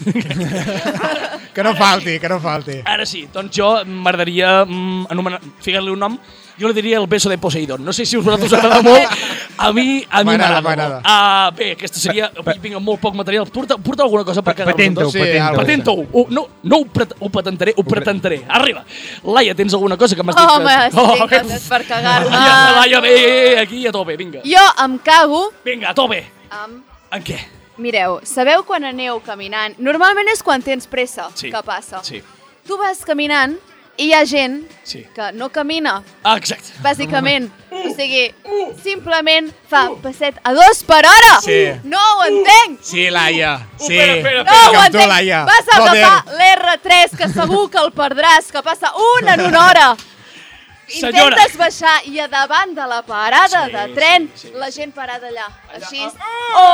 Que no falti, que no falti.
ara sí, doncs jo m'agradaria mm, anomenar... Ficar-li un nom, jo li diria el beso de Poseidon. No sé si a vosaltres us agrada molt, a mi a mi m'agrada
M'agrada,
molt.
m'agrada.
Ah, bé, aquesta seria... Avui vinc amb molt poc material. Porta, porta alguna cosa per quedar-nos amb
Patenta-ho,
tots.
Sí,
patenta-ho.
algo.
Patenta-ho. Ho- Oh, No, no ho, pret ho patentaré, ho pretentaré. Arriba. Laia, tens alguna cosa que m'has dit?
Home,
que-
estic
Oh,
encantat per cagar-me.
Laia, Laia, bé, bé, bé, aquí a tope, vinga.
Jo em cago
Vinga, a tope.
amb...
En què?
Mireu, sabeu quan aneu caminant? Normalment és quan tens pressa
Sí,
que passa.
sí.
Tu vas caminant i hi ha gent
Sí. Mm.
que no camina,
Ah, exacte.
bàsicament. O sigui,
Mm.
simplement fa passet a dos per hora.
Sí.
No ho entenc.
Sí, Laia. Sí.
espera, Uh, espera,
No ho
Com tu,
entenc.
Laia.
Vas a
Joder.
agafar l'R3, que segur que el perdràs, que passa un en una hora.
Senyora.
Intentes baixar i a davant de la parada
Sí,
de tren,
sí, sí.
la gent parada allà, així, o,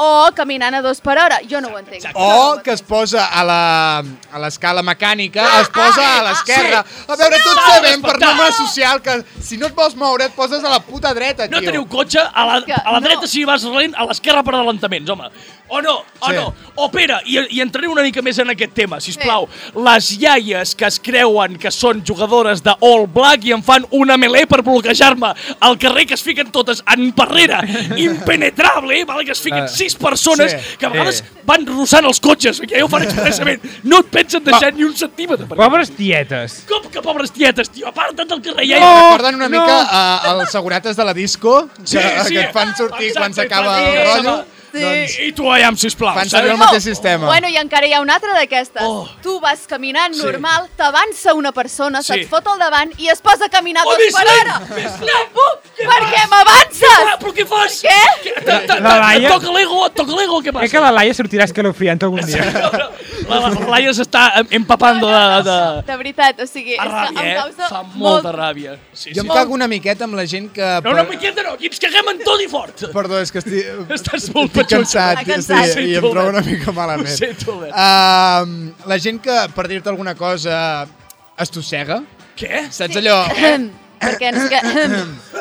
o caminant a dos per hora. Jo no ho entenc.
exacte.
O que es posa a la- a l'escala mecànica, es posa a l'esquerra. A veure, tots
No!
sabem per
Respectar.
norma social que si no et vols moure et poses a la puta dreta, tio.
No teniu cotxe, a la,
Que
a la
no.
dreta si vas lent, a l'esquerra per adelantaments, home. O no, o
Sí.
no. O Pere, i, i entraré una mica més en aquest tema, si plau. Les iaies que es creuen que són jugadores de All Black i em fan una melee per bloquejar-me al carrer que es fiquen totes en barrera impenetrable, eh, val? que es fiquen
Ah,
sis persones
sí,
que a vegades
sí.
van russant els cotxes, que ja ho fan expressament. No et pensen deixar ni un centímetre. perquè-
Pobres tietes.
Com que pobres tietes, tio? Aparta't del carrer, iaia.
Em recorden una
No.
mica a, els segurates de la disco, que,
sí.
que et fan sortir
Exacte,
quan s'acaba
i
el
fan-
rotllo.
Sí.
Doncs
I tu, allà, sisplau.
fan
saps?
servir el
No.
mateix sistema.
Bueno, i encara hi ha una altra d'aquestes.
Oh.
Tu vas caminant normal, t'avança una persona,
Sí.
se't fot al davant i es posa a caminar
Oh,
dos
més
per
lent,
hora.
més
No
lent.
puc,
Què
perquè
fas? Ah,
m'avances.
però què fas? Eh,
Què?
Què? Te- te-
La
te- Et
Laia?
toca l'ego, et toca l'ego, què
Crec que
passa?
la Laia sortirà escalofriant algun dia.
No, no, La, la, la Laia s'està em- empapant de... de...
De veritat, o sigui,
A
és que
ràbia,
em
eh?
causa
Fa
molt...
molta ràbia. Sí,
jo
sí.
em cago una miqueta amb la gent que...
No, no, miqueta no, aquí ens caguem en tot i fort.
Perdó, és que estic...
Estàs molt
Estic
petxut.
cansat, estic,
Està cansat.
i
Ho
em
sento,
trobo
Albert.
una mica malament.
Ho sento, Albert.
Ehm, la gent que, per dir-te alguna cosa, es tossega,
Què?
saps sí. allò?
perquè ens que...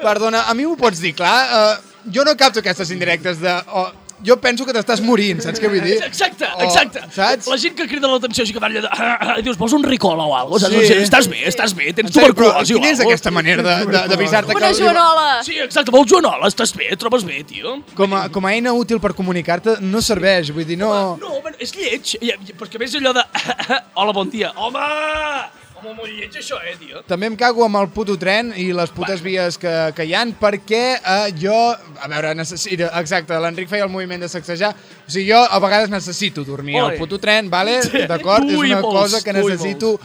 Perdona, a mi m'ho pots dir clar? Uh, jo no capto aquestes indirectes de... Oh, jo penso que t'estàs morint, saps què vull dir?
Exacte,
O,
exacte.
Oh, saps?
La gent que crida l'atenció així que va allà de... ah, ah, Dius, vols un ricol o alguna cosa?
Sí.
Sí. Estàs bé, estàs bé, tens
Saps? Però
tuberculosi o
Quina és
alguna
aquesta manera de- de- d'avisar-te
Una joanola.
Sí, exacte, vols joanola, estàs bé, et trobes bé, tio.
Com a, com a eina útil per comunicar-te no serveix, vull dir, no...
No, home, és lleig. I- i- Però és que a més allò de... Hola, bon dia. Home! Home, molt lleig això, eh, tio.
També em cago amb el puto tren i les putes vies que, que hi han perquè eh, jo... A veure, necessito... Exacte, l'Enric feia el moviment de sacsejar. O sigui, jo a vegades necessito dormir
Oi.
al puto tren, vale?
Sí.
D'acord?
Tu
És
i
una
molts,
cosa que
tu i
necessito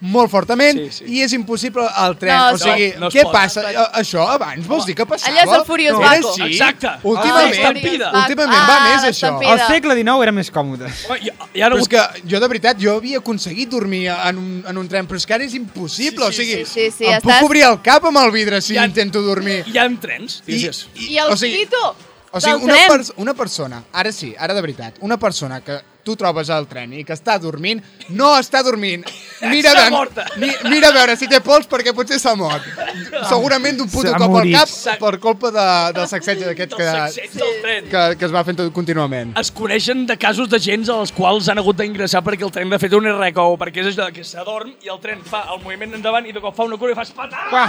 molt fortament
Sí, sí.
i és impossible al tren.
No,
o sigui,
no es
què
pot.
passa? A- Això abans vols dir que passava?
Allà és el Furious
Era
Baco.
així?
Exacte.
Últimament,
Ah, l'estampida.
últimament va
Ah,
més, això.
l'estampida.
Al segle XIX era més còmode.
Home, hi, hi ha
Però és
hagut...
que jo, de veritat, jo havia aconseguit dormir en un, en un tren, però és que ara és
Sí, sí,
impossible. o sigui,
sí, sí, sí,
em
estàs-
puc obrir el cap amb el vidre si
Ja-
intento dormir.
Hi ha trens, dius. I...
I el
o sigui,
pito
O sigui,
del
una,
tren.
pers una persona, ara sí, ara de veritat, una persona que tu trobes al tren i que està dormint, no està dormint. Mira,
Està
de-
morta.
mi, mira a veure si té pols perquè potser s'ha mort.
Ah.
Segurament d'un puto
S'ha
cop al
morit.
cap per culpa de, del sacseig d'aquest
Del
que,
sacseig del tren.
que, que es va fent tot contínuament.
Es coneixen de casos de gens als quals han hagut d'ingressar perquè el tren ha fet un erreco o perquè és allò que s'adorm i el tren fa el moviment endavant i de cop fa una cura i fas patada
Va.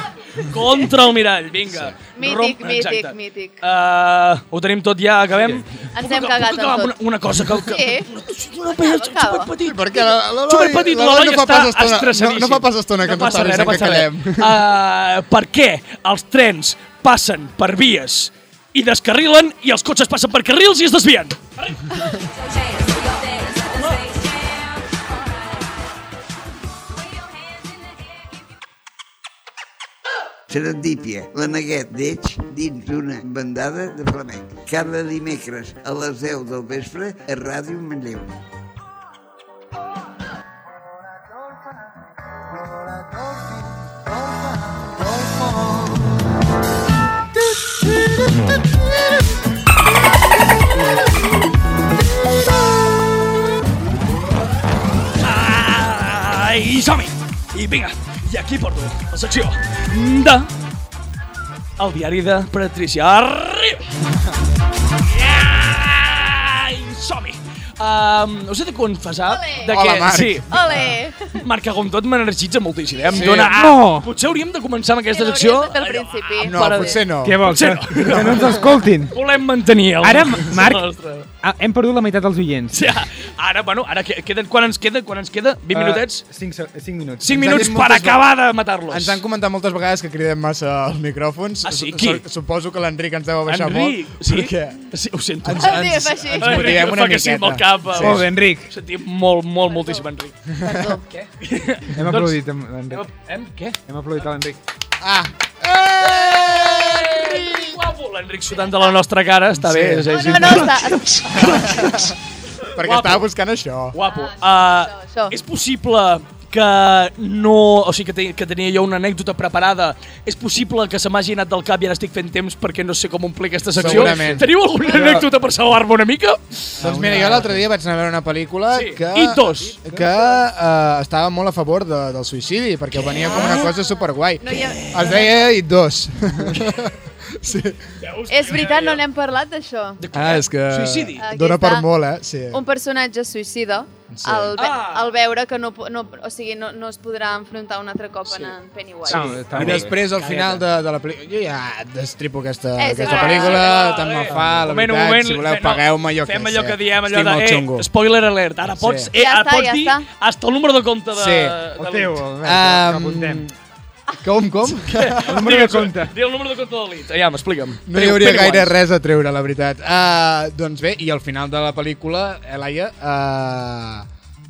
contra el mirall, vinga.
Mític, mític, mític.
Uh, ho tenim tot ja, acabem?
Ens hem cagat en
Puc acabar amb
tot.
una, una cosa que... que
Sí.
Una, una, una, una,
Acaba.
petit.
Perquè la- la- l'Eloi-
Superpetit,
l'Eloi
l'Eloi
no fa
està
pas estona-
estressadíssim.
no- no fa pas estona que ens
passa
està
res,
dient
passa
que
res. Uh, per què els trens passen per vies i descarrilen i els cotxes passen per carrils i es desvien?
Chase, your dance, at the stage.
Serendípia, la neguet d'Eix dins d'una bandada de flamenc. Cada dimecres a les 10 del vespre a Ràdio Manlleu.
Ai, som -hi. I vinga, i aquí porto la secció de... El diari de Patricia Riu. Ai, som-hi. Um, us he de confessar
Ole.
de que
Hola, Marc.
sí,
Ole!
Marc, que com tot m'energitza moltíssim. Eh? Em
Sí.
dona...
No.
Potser hauríem de començar amb aquesta
Sí,
secció.
l'hauríem de fer al principi.
No,
Para-
potser no.
Què vols?
Potser
Que, que no ens escoltin.
Volem mantenir el...
Ara, Marc-
el nostre-
Ah, hem perdut la meitat dels oients.
Sí, ara, bueno, ara que- queden, quan ens queda? Quan ens queda?
Ah,
20 minutets?
5, 5 minuts.
5
Eh, han
minuts
dit
per
moltes
acabar de matar-los.
Ens han comentat moltes vegades que cridem massa als micròfons.
Ah, sí?
Su-
Qui?
su- Suposo que l'Enric ens deu baixar
Enric,
molt.
sí?
Perquè
sí, ho sento.
ens,
Enric,
ens,
fa així.
ens
Enric,
motivem
fa
una
que sí amb
miqueta.
el cap, eh?
Molt bé, Enric.
Ho sentim molt, molt, moltíssim, Enric.
Perdó.
Hem
Doncs-
aplaudit amb l'Enric.
Hem, què?
Hem aplaudit a l'Enric.
Ah,
Guapo, l'Enric sudant de la nostra cara, està bé.
Sí.
és- és
No, no, no, està...
perquè
Guapo.
estava buscant això.
Guapo.
Ah, sí,
Ah,
això, això.
És possible que no... O sigui, que, te, que tenia jo una anècdota preparada. És possible que se m'hagi anat del cap i ara estic fent temps perquè no sé com omplir aquesta secció.
Segurament.
Teniu alguna anècdota per salvar-me una mica?
Doncs mira, jo l'altre dia vaig anar a veure una pel·lícula
Sí,
que...
Hitos.
Que eh, estava molt a favor de, del suïcidi, perquè venia com
Ah.
una cosa superguai.
No hi ha...
Es deia Hitos. sí.
És veritat, no n'hem parlat d'això.
Ah, és que...
Suïcidi.
Aquí
Dóna per
està.
molt, eh? Sí.
Un personatge suïcida,
Sí.
al, ve
Ah.
al veure que no, po- no, o sigui, no, no es podrà enfrontar un altre cop en en Pennywise.
No, està
I
molt bé.
després, al final de, de la pel·lícula... Jo ja destripo aquesta,
Eh, sí,
aquesta
va,
pel·lícula,
va,
tant
va,
me
va.
fa, la
moment,
veritat,
un moment,
si voleu,
fem- no,
pagueu-me jo
Fem
què
allò
sé.
que diem, allò
Estic
de...
molt
Eh,
xungo.
spoiler alert, ara pots,
Sí.
eh,
Ja
ara
està,
pots
ja
dir
està.
hasta el número de compte de...
Sí.
de
El
l'It.
teu, el que apuntem.
Com, com?
El número de compte.
Di el número de compte de l'It. Allà, m'explica'm.
No hi hauria
Pennywise.
gaire res a treure, la veritat. Uh, doncs bé, i al final de la pel·lícula, Laia uh,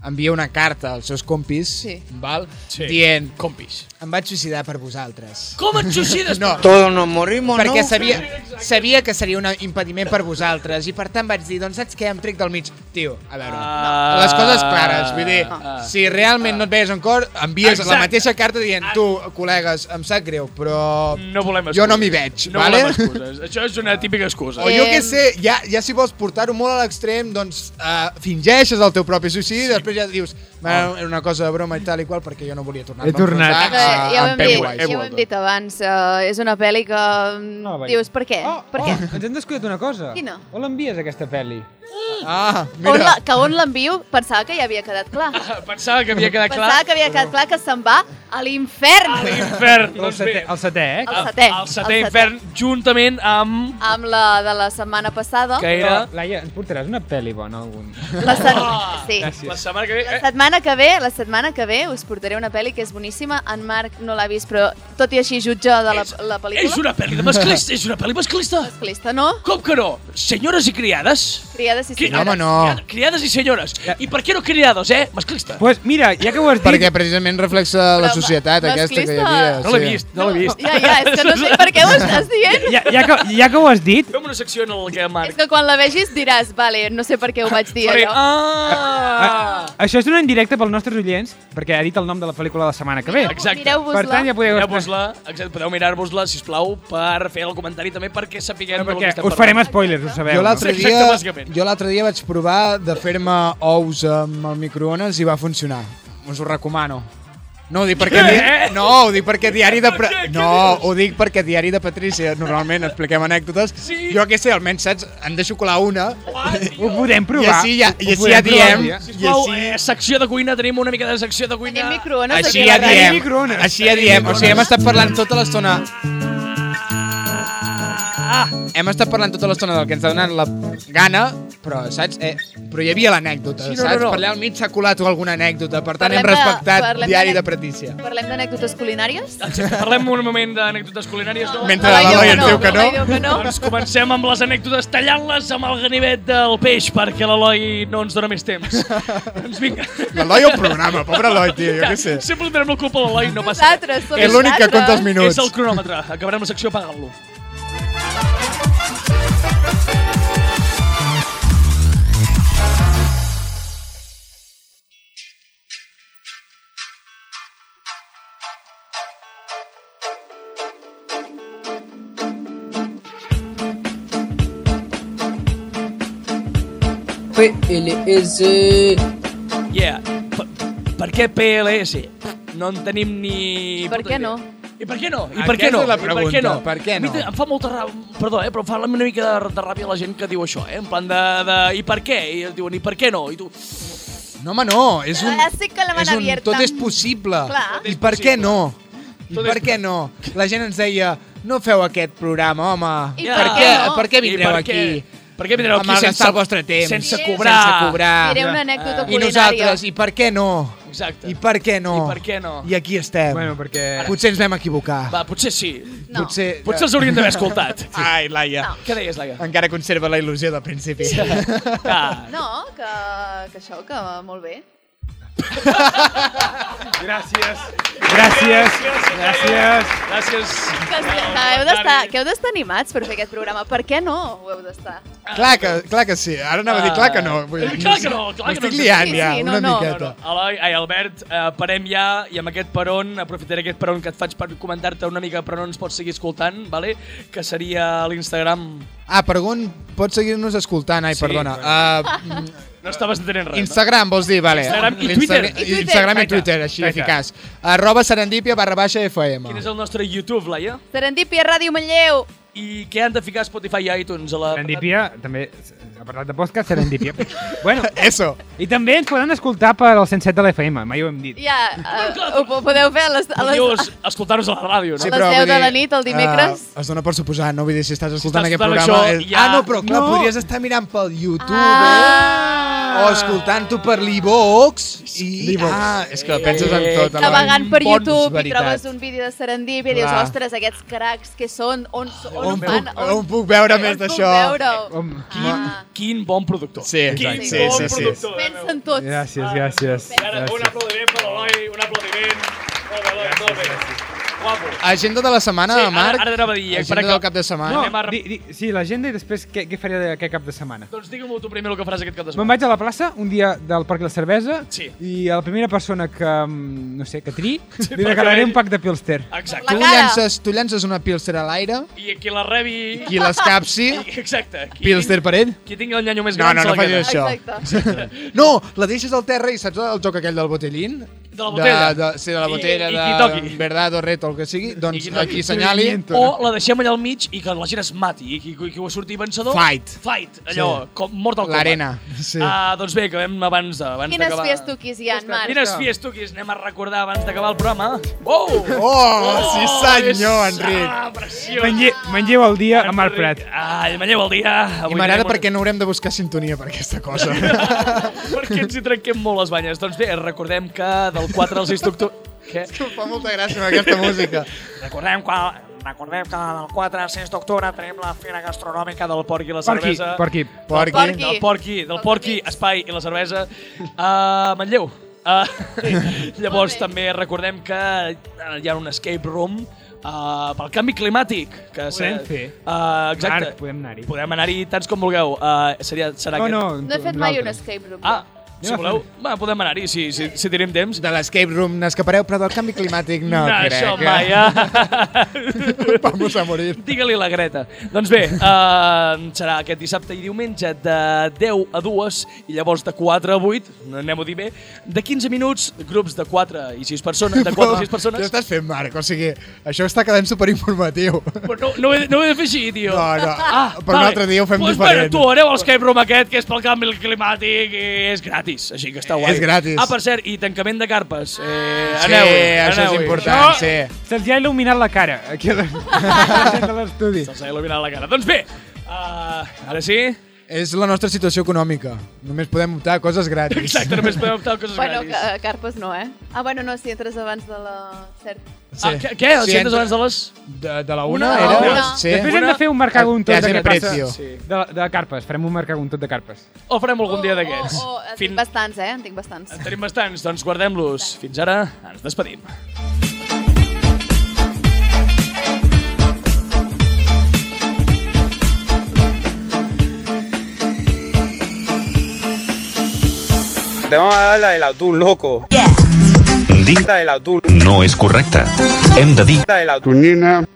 envia una carta als seus compis,
Sí.
val?
Sí.
dient
Compis.
em vaig suïcidar per vosaltres.
Com et suïcides?
No,
Todos nos morimos,
perquè sabia, sabia que seria un impediment per vosaltres i per tant vaig dir, doncs saps què, em trec del mig. Tio, a veure,
Ah.
les coses clares, vull dir,
Ah.
si realment no et veies en cor, envies
Exacte.
la mateixa carta dient, tu, col·legues, em sap greu, però
Mm.
No volem excuses.
jo no m'hi veig,
No
vale?
volem excuses. Això és una típica excusa.
O jo què
Em-
sé, ja, ja si vols portar-ho molt a l'extrem, doncs uh, fingeixes el teu propi suïcidi i després ja dius
Ah.
bueno, era una cosa de broma i tal i qual perquè jo no volia tornar
He tornat.
Ah,
No, eh,
Ah,
ja ho hem dit,
Pennywise.
ja ho hem dit abans. eh, és una pel·li que mm,
No la veiem.
dius, per què?
Oh,
per
oh,
què?
ens hem descuidat una cosa.
Quina?
On l'envies, aquesta pel·li?
Ah,
On la,
mira.
que on l'envio pensava que ja havia quedat clar.
Pensava que havia quedat Ah, clar.
Pensava que havia quedat clar que se'n va a l'infern
Infern.
El
Doncs
setè,
bé.
el setè eh?
El setè.
El setè infern, juntament amb...
amb la de la setmana passada.
Que era... Ah,
Laia, ens portaràs una pel·li bona algun?
La, set... sí.
La
Gràcies.
setmana que ve...
la
Eh?
setmana que ve, la setmana que ve us portaré una pel·li que és boníssima. En Marc no l'ha vist, però tot i així jutja de la,
És-
la pel·lícula.
És una pel·li de masclista, és una pel·li masclista.
Masclista, no?
Com que no? Senyores i criades?
Criades i
Qui-
No, home,
senyores.
no.
Criada- Criades i senyores. I per què no criados, eh? Masclista.
pues mira, ja que ho has dit...
Perquè precisament reflexa la
Però
societat
ma-
aquesta que hi
masclista.
havia.
No l'he
sí.
vist, no l'he vist.
Ja, ja, és que no sé per què ho estàs dient.
Ja, ja, que, ja que ho has dit,
Fem una secció en el que
És
Marc...
que quan la vegis diràs, vale, no sé per què ho vaig dir
Faré-
allò.
Ah!
això és un en directe pels nostres oients, perquè ha dit el nom de la pel·lícula de la setmana que ve.
Exacte.
Per tant, ja
Mireu-vos-la.
podeu...
Mireu-vos-la, exacte, podeu mirar-vos-la, sisplau, per fer el comentari també perquè sapiguem de lo que
Perquè
estem
us farem spoilers, ho sabeu.
Jo l'altre
Sí, exacte,
dia,
bàsicament.
jo l'altre dia vaig provar de fer-me ous amb el microones i va funcionar. Us ho recomano. No, ho dic perquè... Di... No, ho dic perquè diari de... Pre...
Per Eh, què? Què
No, ho dic perquè diari de Patrícia. Normalment expliquem anècdotes.
Sí.
Jo què sé, almenys saps, en deixo colar una.
Uah,
Ho podem
I
provar.
així ja, i
Ho
així
podem
ja
provar
diem...
un dia.
I
Sisplau,
així,
eh, secció de cuina, tenim una mica de secció de cuina.
Tenim microones
així
aquí
ja
a la ràdio.
diem...
microones.
Així ja diem. O sigui, hem estat parlant tota l'estona...
Ah,
Hem estat parlant tota l'estona del que ens ha donat la gana, però, saps? Eh, però hi havia l'anècdota,
Sí,
sí,
no,
no, saps?
no, no.
Per allà al mig s'ha colat alguna anècdota, per tant
Parlem
hem
de-
respectat
parlem
diari
d'anè-
de Patricia.
Parlem d'anècdotes culinàries?
Parlem un moment d'anècdotes culinàries, no?
Mentre
Eloi
la Laia
diu que
ens diu que no.
Eloi diu que no.
Doncs comencem amb les anècdotes, tallant-les amb el ganivet del peix, perquè l'Eloi no ens dona més temps. doncs vinga.
L'Eloi al programa, pobre Eloi, tio, jo què sé.
Sempre donem la culpa a l'Eloi, no passa res.
Nosaltres som
És l'únic que
nosaltres.
compta els minuts.
És el cronòmetre. Acabarem la secció apagant-lo.
PLS.
Yeah. Per, per què PLS? No en tenim ni...
Per
puta
què no?
idea. I per què no? I per
Aquesta
què no?
és la
I per què no?
pregunta. Per què
A mi
no?
te- Em fa molta ràbia, perdó, eh, però em fa una mica de, de ràbia la gent que diu això, eh? En plan de, de... I per què? I et diuen, i per què no? I tu...
No, home, no. És un,
Ah, sí que la mano
és un,
abierta.
tot és possible.
Clar.
I per què no? I
Tot és
per què no? La gent ens deia, no feu aquest programa, home.
I
Ja.
per
Per què,
què no?
per què
I
vindreu
per
aquí?
Per què vindreu aquí
A malgastar
sense
el vostre temps.
Sense
Sí.
cobrar.
Sense cobrar.
Ah, Diré una anècdota
Ah, I
culinària.
nosaltres, i per què no?
Exacte.
I per què no?
I per què no?
I aquí estem.
Bueno, perquè...
Potser ens vam equivocar.
Va, potser sí.
No.
Potser...
Potser els hauríem d'haver escoltat.
Ai, Laia.
No.
Què deies, Laia?
Encara conserva la il·lusió del principi.
Ah,
No, que, que això, que molt bé.
Gràcies. Gràcies. Gràcies.
gràcies.
Que, sí, que
Ah,
heu d'estar que heu d'estar animats per fer aquest programa. Per què no ho heu d'estar?
clar, que, clar que sí. Ara anava a dir clar que no. Vull dir,
Ah. Clar que no, clar
Ho
que no.
estic liant
Sí,
ja,
sí, no,
una
no.
miqueta.
Eloi, ai, Albert, eh, parem ja i amb aquest peron, aprofitaré aquest peron que et faig per comentar-te una mica però no ens pots seguir escoltant, vale? que seria l'Instagram.
Ah, per on pots seguir-nos escoltant? Ai,
Sí,
perdona. Uh,
No estaves entenent res. no?
Instagram, vols dir? Vale.
Instagram i
L'Insta-
Twitter.
I Twitter.
Instagram i
Taca,
Twitter, així
taca.
eficaç. Arroba serendipia barra baixa FM.
Quin és el nostre YouTube, Laia?
Serendipia Ràdio Manlleu!
I què han de ficar a Spotify i iTunes? A la...
Serendipia, també ha parlat de podcast, Serendipia. bueno,
Eso.
i també ens poden escoltar per al 107 de l'FM, mai ho hem dit.
Ja, eh, ho po- podeu fer a les, a les,
Podíeu escoltar-nos a la ràdio, no?
Sí, les
vull
10 de
dir,
la nit, el dimecres.
eh, es dona per suposar, no? Vull dir, si estàs escoltant
estàs
aquest
escoltant
programa...
això,
és...
ja-
Ah, no, però clar,
No.
podries estar mirant pel YouTube, eh?
Ah.
O escoltant-ho per l'Ivox. I... Ah, és que penses en tot. Eloi.
Eh, Navegant per
eh? Bons,
YouTube i
veritat.
trobes un vídeo de Serendipia i dius,
Clar.
ostres, aquests cracs que són, on, so- on,
On
fan,
puc, on puc veure més d'això?
veure-ho.
Com-
Ah.
Quin bon productor.
Sí,
Quin
exacte. Sí,
bon
sí, sí.
productor. eh,
Pensa en tots.
Gràcies, gràcies.
I ara un
gràcies.
aplaudiment per l'Eloi, un aplaudiment. Molt bé, Eloi, molt bé. Guapo.
Agenda de la setmana,
Sí, ara-
Marc?
ara t'anava a dir, eh,
Agenda
per acabar-
del cap de setmana?
No,
Anem a rep-
di, di, sí, l'agenda i després què, què faré de- aquest cap de setmana.
Doncs digue-m'ho tu primer el que faràs aquest cap de
Me'n
setmana.
vaig a la plaça, un dia del Parc de la Cervesa,
Sí.
i a la primera persona que, mm, no sé, que tri,
Sí,
li
perquè
regalaré
ell-
un pack de Pilster.
Exacte.
La
Tu
cara.
llances, tu llances una Pilster a l'aire,
I qui la rebi...
qui l'escapsi,
Exacte. Qui,
Pilster per ell.
Qui tingui el nyanyo més
No,
gran
no,
se
no
la
facis
queda.
això.
Exacte.
No, la deixes al terra i saps el joc aquell del botellín?
De la botella.
De, de, sí, de la
I-
botella,
i
de
qui toqui.
verdad o reto, el que sigui.
I
Doncs
qui
qui
toqui.
aquí senyali.
O la deixem allà al mig i que la gent es mati. I qui, qui, qui ho surti vencedor...
Fight.
Fight. Allò,
Sí.
com mort al
L'arena. Sí.
Ah, doncs bé, acabem abans de- abans
Quines
d'acabar.
fiestuquis hi ha, Marc?
Quines fiestuquis anem a recordar abans d'acabar el programa. Oh!
Oh, sí senyor,
és-
Enric.
Ah, preciós.
Menye, mengeu el dia amb el Prat.
Ai, Manlleu el dia.
I
Avui
m'agrada
tenim-
perquè no haurem de buscar sintonia per aquesta cosa.
perquè ens hi trenquem molt les banyes. Doncs bé, recordem que del 4 al 6 d'octubre... Què?
Em fa molta gràcia amb aquesta música.
Recordem que, recordem que del 4 al 6 d'octubre tenim la fira gastronòmica del porc i la
Porqui,
cervesa.
porqui.
Porqui.
Del porqui, del porqui, espai i la cervesa. A Manlleu. Uh, llavors també recordem que eh, hi ha un escape room uh, pel canvi climàtic. Que
Podem fer.
Uh, exacte.
Marc, podem anar-hi.
Podem anar-hi tants com vulgueu. Uh, seria, serà
No,
aquest...
no,
No he fet mai
nosaltres.
un escape room.
Ah, si
Anem a
voleu, va, podem anar-hi, si, si, si tenim temps.
doncs, De l'escape room n'escapareu, però del canvi climàtic no,
no
crec.
això
eh?
mai, eh?
Vamos a morir.
Digue-li la Greta. Doncs bé, uh, serà aquest dissabte i diumenge de 10 a 2 i llavors de 4 a 8, no anem-ho a dir bé, de 15 minuts, grups de 4 i 6 persones, de 4 a 6
Què
persones.
estàs fent, Marc? O sigui, això està quedant superinformatiu.
Però no, no, ho he, no ho he de fer així, tio. Doncs
No, no. Ah, però un altre dia ho fem
pues
diferent.
Bueno, tu, aneu a l'escape room aquest, que és pel canvi climàtic i és gratis. gratis, així que està guai.
És gratis.
Ah, per cert, i tancament de carpes. Eh,
Sí,
aneu
això és important, sí.
Se'ls hi ha il·luminat la cara, aquí a la- a la gent de l'estudi.
Se'ls ha il·luminat la cara. Doncs bé, uh, ara sí.
És la nostra situació econòmica. Només podem optar a coses gratis.
Exacte, només podem optar a coses
Bueno,
gratis.
ca- carpes no, eh? Ah, bueno, no, si entres abans de la... Cert.
Ah, què? què? Els
Sí,
sí,
entra-
abans de les...
De, de la una,
Una,
era?
una.
Sí.
Després hem
Una-
de fer un mercaguntó
Ja
de
sé
què
el
passa.
precio.
Sí. De, de carpes, farem un mercaguntó de carpes.
O farem algun dia d'aquests.
Oh, oh, oh, en
Fin-
tinc bastants, eh? En tinc bastants.
En tenim bastants, doncs guardem-los. Fins ara, ens despedim.
Tenemos que dar la del atún, loco.
Dir
La del atún.
no és correcte. Hem de dir
La del atún.
Tonyina.